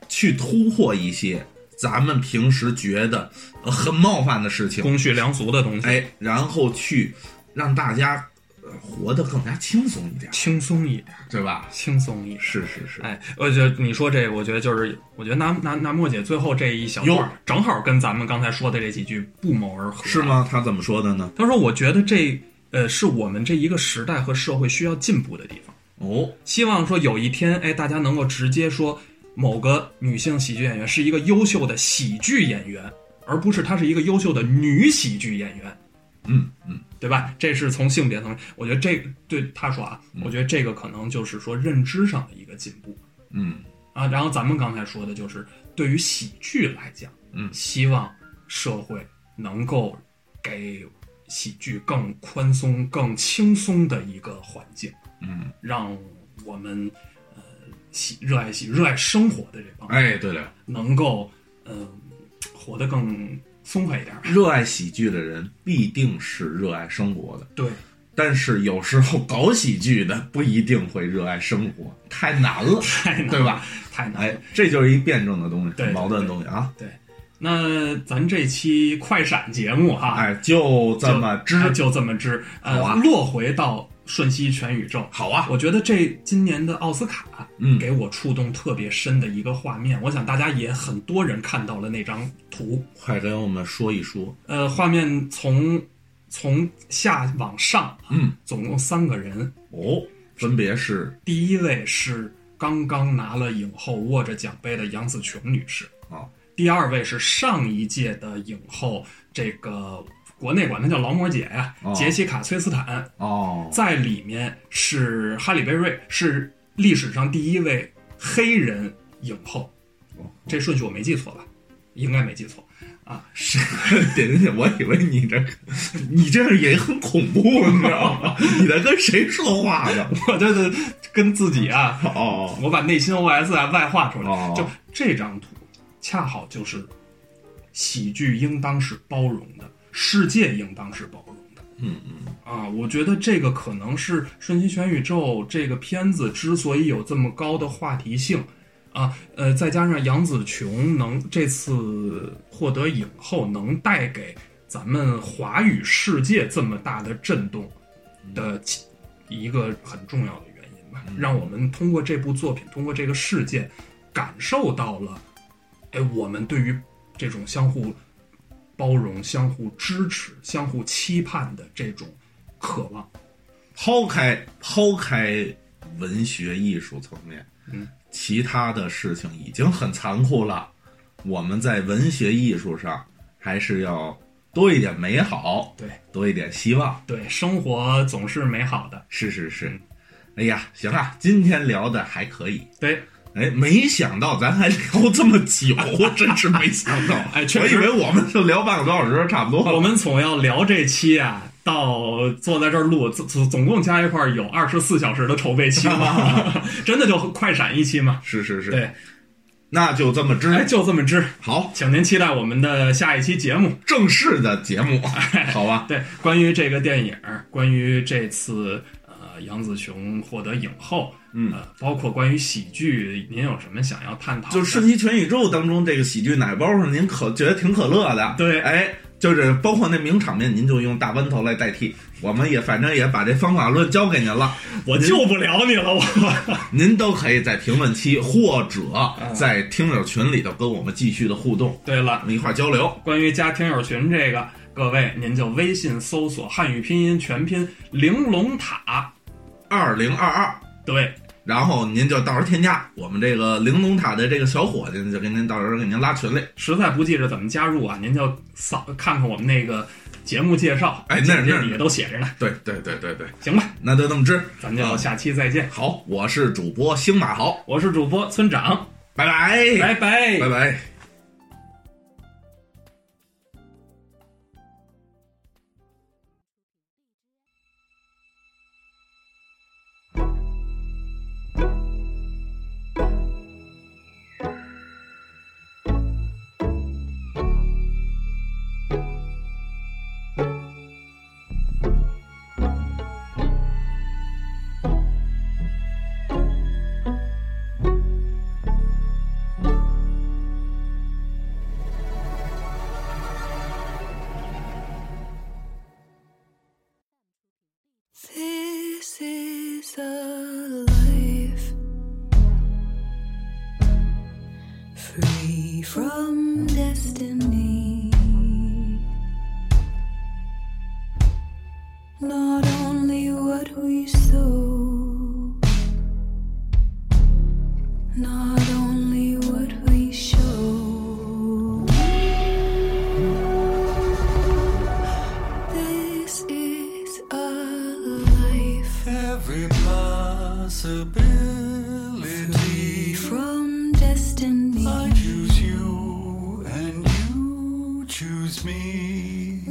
Speaker 1: 去突破一些咱们平时觉得呃很冒犯的事情，
Speaker 2: 公序良俗的东西，，
Speaker 1: 哎，然后去让大家呃活得更加轻松一点，
Speaker 2: 轻松一点，
Speaker 1: 对吧？
Speaker 2: 轻松一点。
Speaker 1: 是是是，
Speaker 2: 哎，我觉得你说这个，我觉得就是，我觉得拿拿拿莫姐最后这一小
Speaker 1: 哟
Speaker 2: 段儿，正好跟咱们刚才说的这几句不谋而合，啊
Speaker 1: 是？吗？他怎么说的呢？
Speaker 2: 他说：“我觉得这呃是我们这一个时代和社会需要进步的地方。
Speaker 1: 哦，
Speaker 2: 希望说有一天，哎，大家能够直接说某个女性喜剧演员是一个优秀的喜剧演员，而不是她是一个优秀的女喜剧演员，
Speaker 1: 嗯嗯，
Speaker 2: 对吧？这是从性别层面，我觉得这个对他说啊，我觉得这个可能就是说认知上的一个进步。
Speaker 1: 嗯
Speaker 2: 啊，然后咱们刚才说的就是对于喜剧来讲，
Speaker 1: 嗯
Speaker 2: 希望社会能够给喜剧更宽松、更轻松的一个环境，
Speaker 1: 嗯，
Speaker 2: 让我们呃喜热爱喜热爱生活的这帮人
Speaker 1: 哎，对了，
Speaker 2: 能够呃活得更松快一点儿。
Speaker 1: 热爱喜剧的人必定是热爱生活的，
Speaker 2: 对，
Speaker 1: 但是有时候搞喜剧的不一定会热爱生活，太难了，
Speaker 2: 太难了
Speaker 1: 对吧？
Speaker 2: 太难了。
Speaker 1: 哎，这就是一辩证的东西，
Speaker 2: 对
Speaker 1: 很矛盾的东西啊。
Speaker 2: 对，那咱这期快闪节目哈，
Speaker 1: 哎，就
Speaker 2: 就
Speaker 1: 这么知，
Speaker 2: 哎就这么知。呃，
Speaker 1: 好啊
Speaker 2: 落回到瞬息全宇宙。
Speaker 1: 好啊，
Speaker 2: 我觉得这今年的奥斯卡，
Speaker 1: 嗯
Speaker 2: 给我触动特别深的一个画面，我想大家也很多人看到了那张图。
Speaker 1: 快跟我们说一说。
Speaker 2: 呃，画面从从下往上，啊
Speaker 1: 嗯，
Speaker 2: 总共三个人，
Speaker 1: 哦，分别是
Speaker 2: 第一位是刚刚拿了影后握着奖杯的杨紫琼女士，
Speaker 1: 啊，
Speaker 2: 第二位是上一届的影后，这个国内管她叫劳模姐呀、
Speaker 1: 哦
Speaker 2: 杰西卡·崔斯坦，
Speaker 1: 哦，
Speaker 2: 在里面是哈里贝瑞，是历史上第一位黑人影后，这顺序我没记错吧？应该没记错。
Speaker 1: 是 点点点，我以为你这，你这样也很恐怖，你知道吗？你在跟谁说话呢？
Speaker 2: 我这是跟自己啊，
Speaker 1: 哦，
Speaker 2: 我把内心 OS 啊外化出来。
Speaker 1: 哦
Speaker 2: 就这张图，恰好就是喜剧应当是包容的，世界应当是包容的。
Speaker 1: 嗯
Speaker 2: 嗯啊，我觉得这个可能是《瞬息全宇宙》这个片子之所以有这么高的话题性。啊，呃，再加上杨紫琼能这次获得影后，能带给咱们华语世界这么大的震动
Speaker 1: 嗯
Speaker 2: 的其一个很重要的原因吧，让我们通过这部作品，通过这个事件，感受到了，哎，我们对于这种相互包容、相互支持、相互期盼的这种渴望。
Speaker 1: 抛开抛开文学艺术层面，
Speaker 2: 嗯，
Speaker 1: 其他的事情已经很残酷了。我们在文学艺术上还是要多一点美好，
Speaker 2: 对
Speaker 1: 多一点希望。
Speaker 2: 对，生活总是美好的。
Speaker 1: 是是是
Speaker 2: 嗯，
Speaker 1: 哎呀，行啊，今天聊的还可以。
Speaker 2: 对，
Speaker 1: 哎，没想到咱还聊这么久， 真是没想到。
Speaker 2: 哎确
Speaker 1: 我以
Speaker 2: 实
Speaker 1: 为我们就聊半个多小时差不多了。
Speaker 2: 我们总要聊这期啊，到坐在这儿录，总总总共加一块儿有二十四小时的筹备期 嘛，真的就快闪一期嘛。
Speaker 1: 是是是，
Speaker 2: 对，
Speaker 1: 那就这么知。
Speaker 2: 哎，就这么支。
Speaker 1: 好，
Speaker 2: 请您期待我们的下一期节目。
Speaker 1: 正式的节目，
Speaker 2: 哎
Speaker 1: 好吧？
Speaker 2: 对，关于这个电影，关于这次呃杨紫琼获得影后，
Speaker 1: 嗯
Speaker 2: 呃，包括关于喜剧，您有什么想要探讨的？
Speaker 1: 就《瞬息全宇宙》当中这个喜剧奶包上，您可觉得挺可乐的。
Speaker 2: 对
Speaker 1: 哎，就是包括那名场面，您就用大弯头来代替。我们也反正也把这方法论交给您了，
Speaker 2: 我救不了你了，我
Speaker 1: 您都可以在评论区或者
Speaker 2: 嗯
Speaker 1: 在听友群里头跟我们继续的互动，
Speaker 2: 对
Speaker 1: 我
Speaker 2: 了，
Speaker 1: 们一块儿交流。
Speaker 2: 关于加听友群这个，各位您就微信搜索汉语拼音全拼玲珑塔，
Speaker 1: 二零二二，
Speaker 2: 对，
Speaker 1: 然后您就到时候添加我们这个玲珑塔的这个小伙计，就给您到时候给您拉群里。
Speaker 2: 实在不记着怎么加入啊，您就扫看看我们那个节目介绍，
Speaker 1: 哎那
Speaker 2: 这
Speaker 1: 那
Speaker 2: 底下都写着呢。
Speaker 1: 对对对对对，
Speaker 2: 行吧，
Speaker 1: 那就这么知。
Speaker 2: 咱就
Speaker 1: 啊
Speaker 2: 下期再见。
Speaker 1: 好，我是主播星马豪，
Speaker 2: 我是主播村长，
Speaker 1: 拜哎拜，
Speaker 2: 拜拜
Speaker 1: 拜拜。
Speaker 4: This is a life free from destiny. Not only what we sow, not only what we show. This is a life.
Speaker 5: Every possibility.
Speaker 4: from destiny.
Speaker 5: I choose you, and you choose me.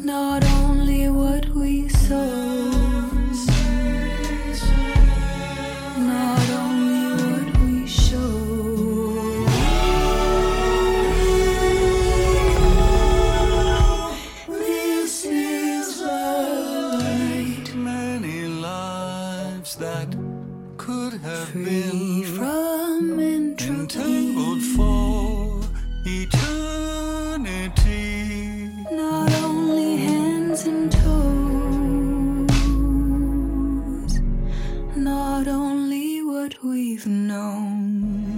Speaker 5: could have
Speaker 4: free
Speaker 5: been
Speaker 4: from
Speaker 5: entangled
Speaker 4: entropy.
Speaker 5: for eternity.
Speaker 4: Not only hands and toes, not only what we've known.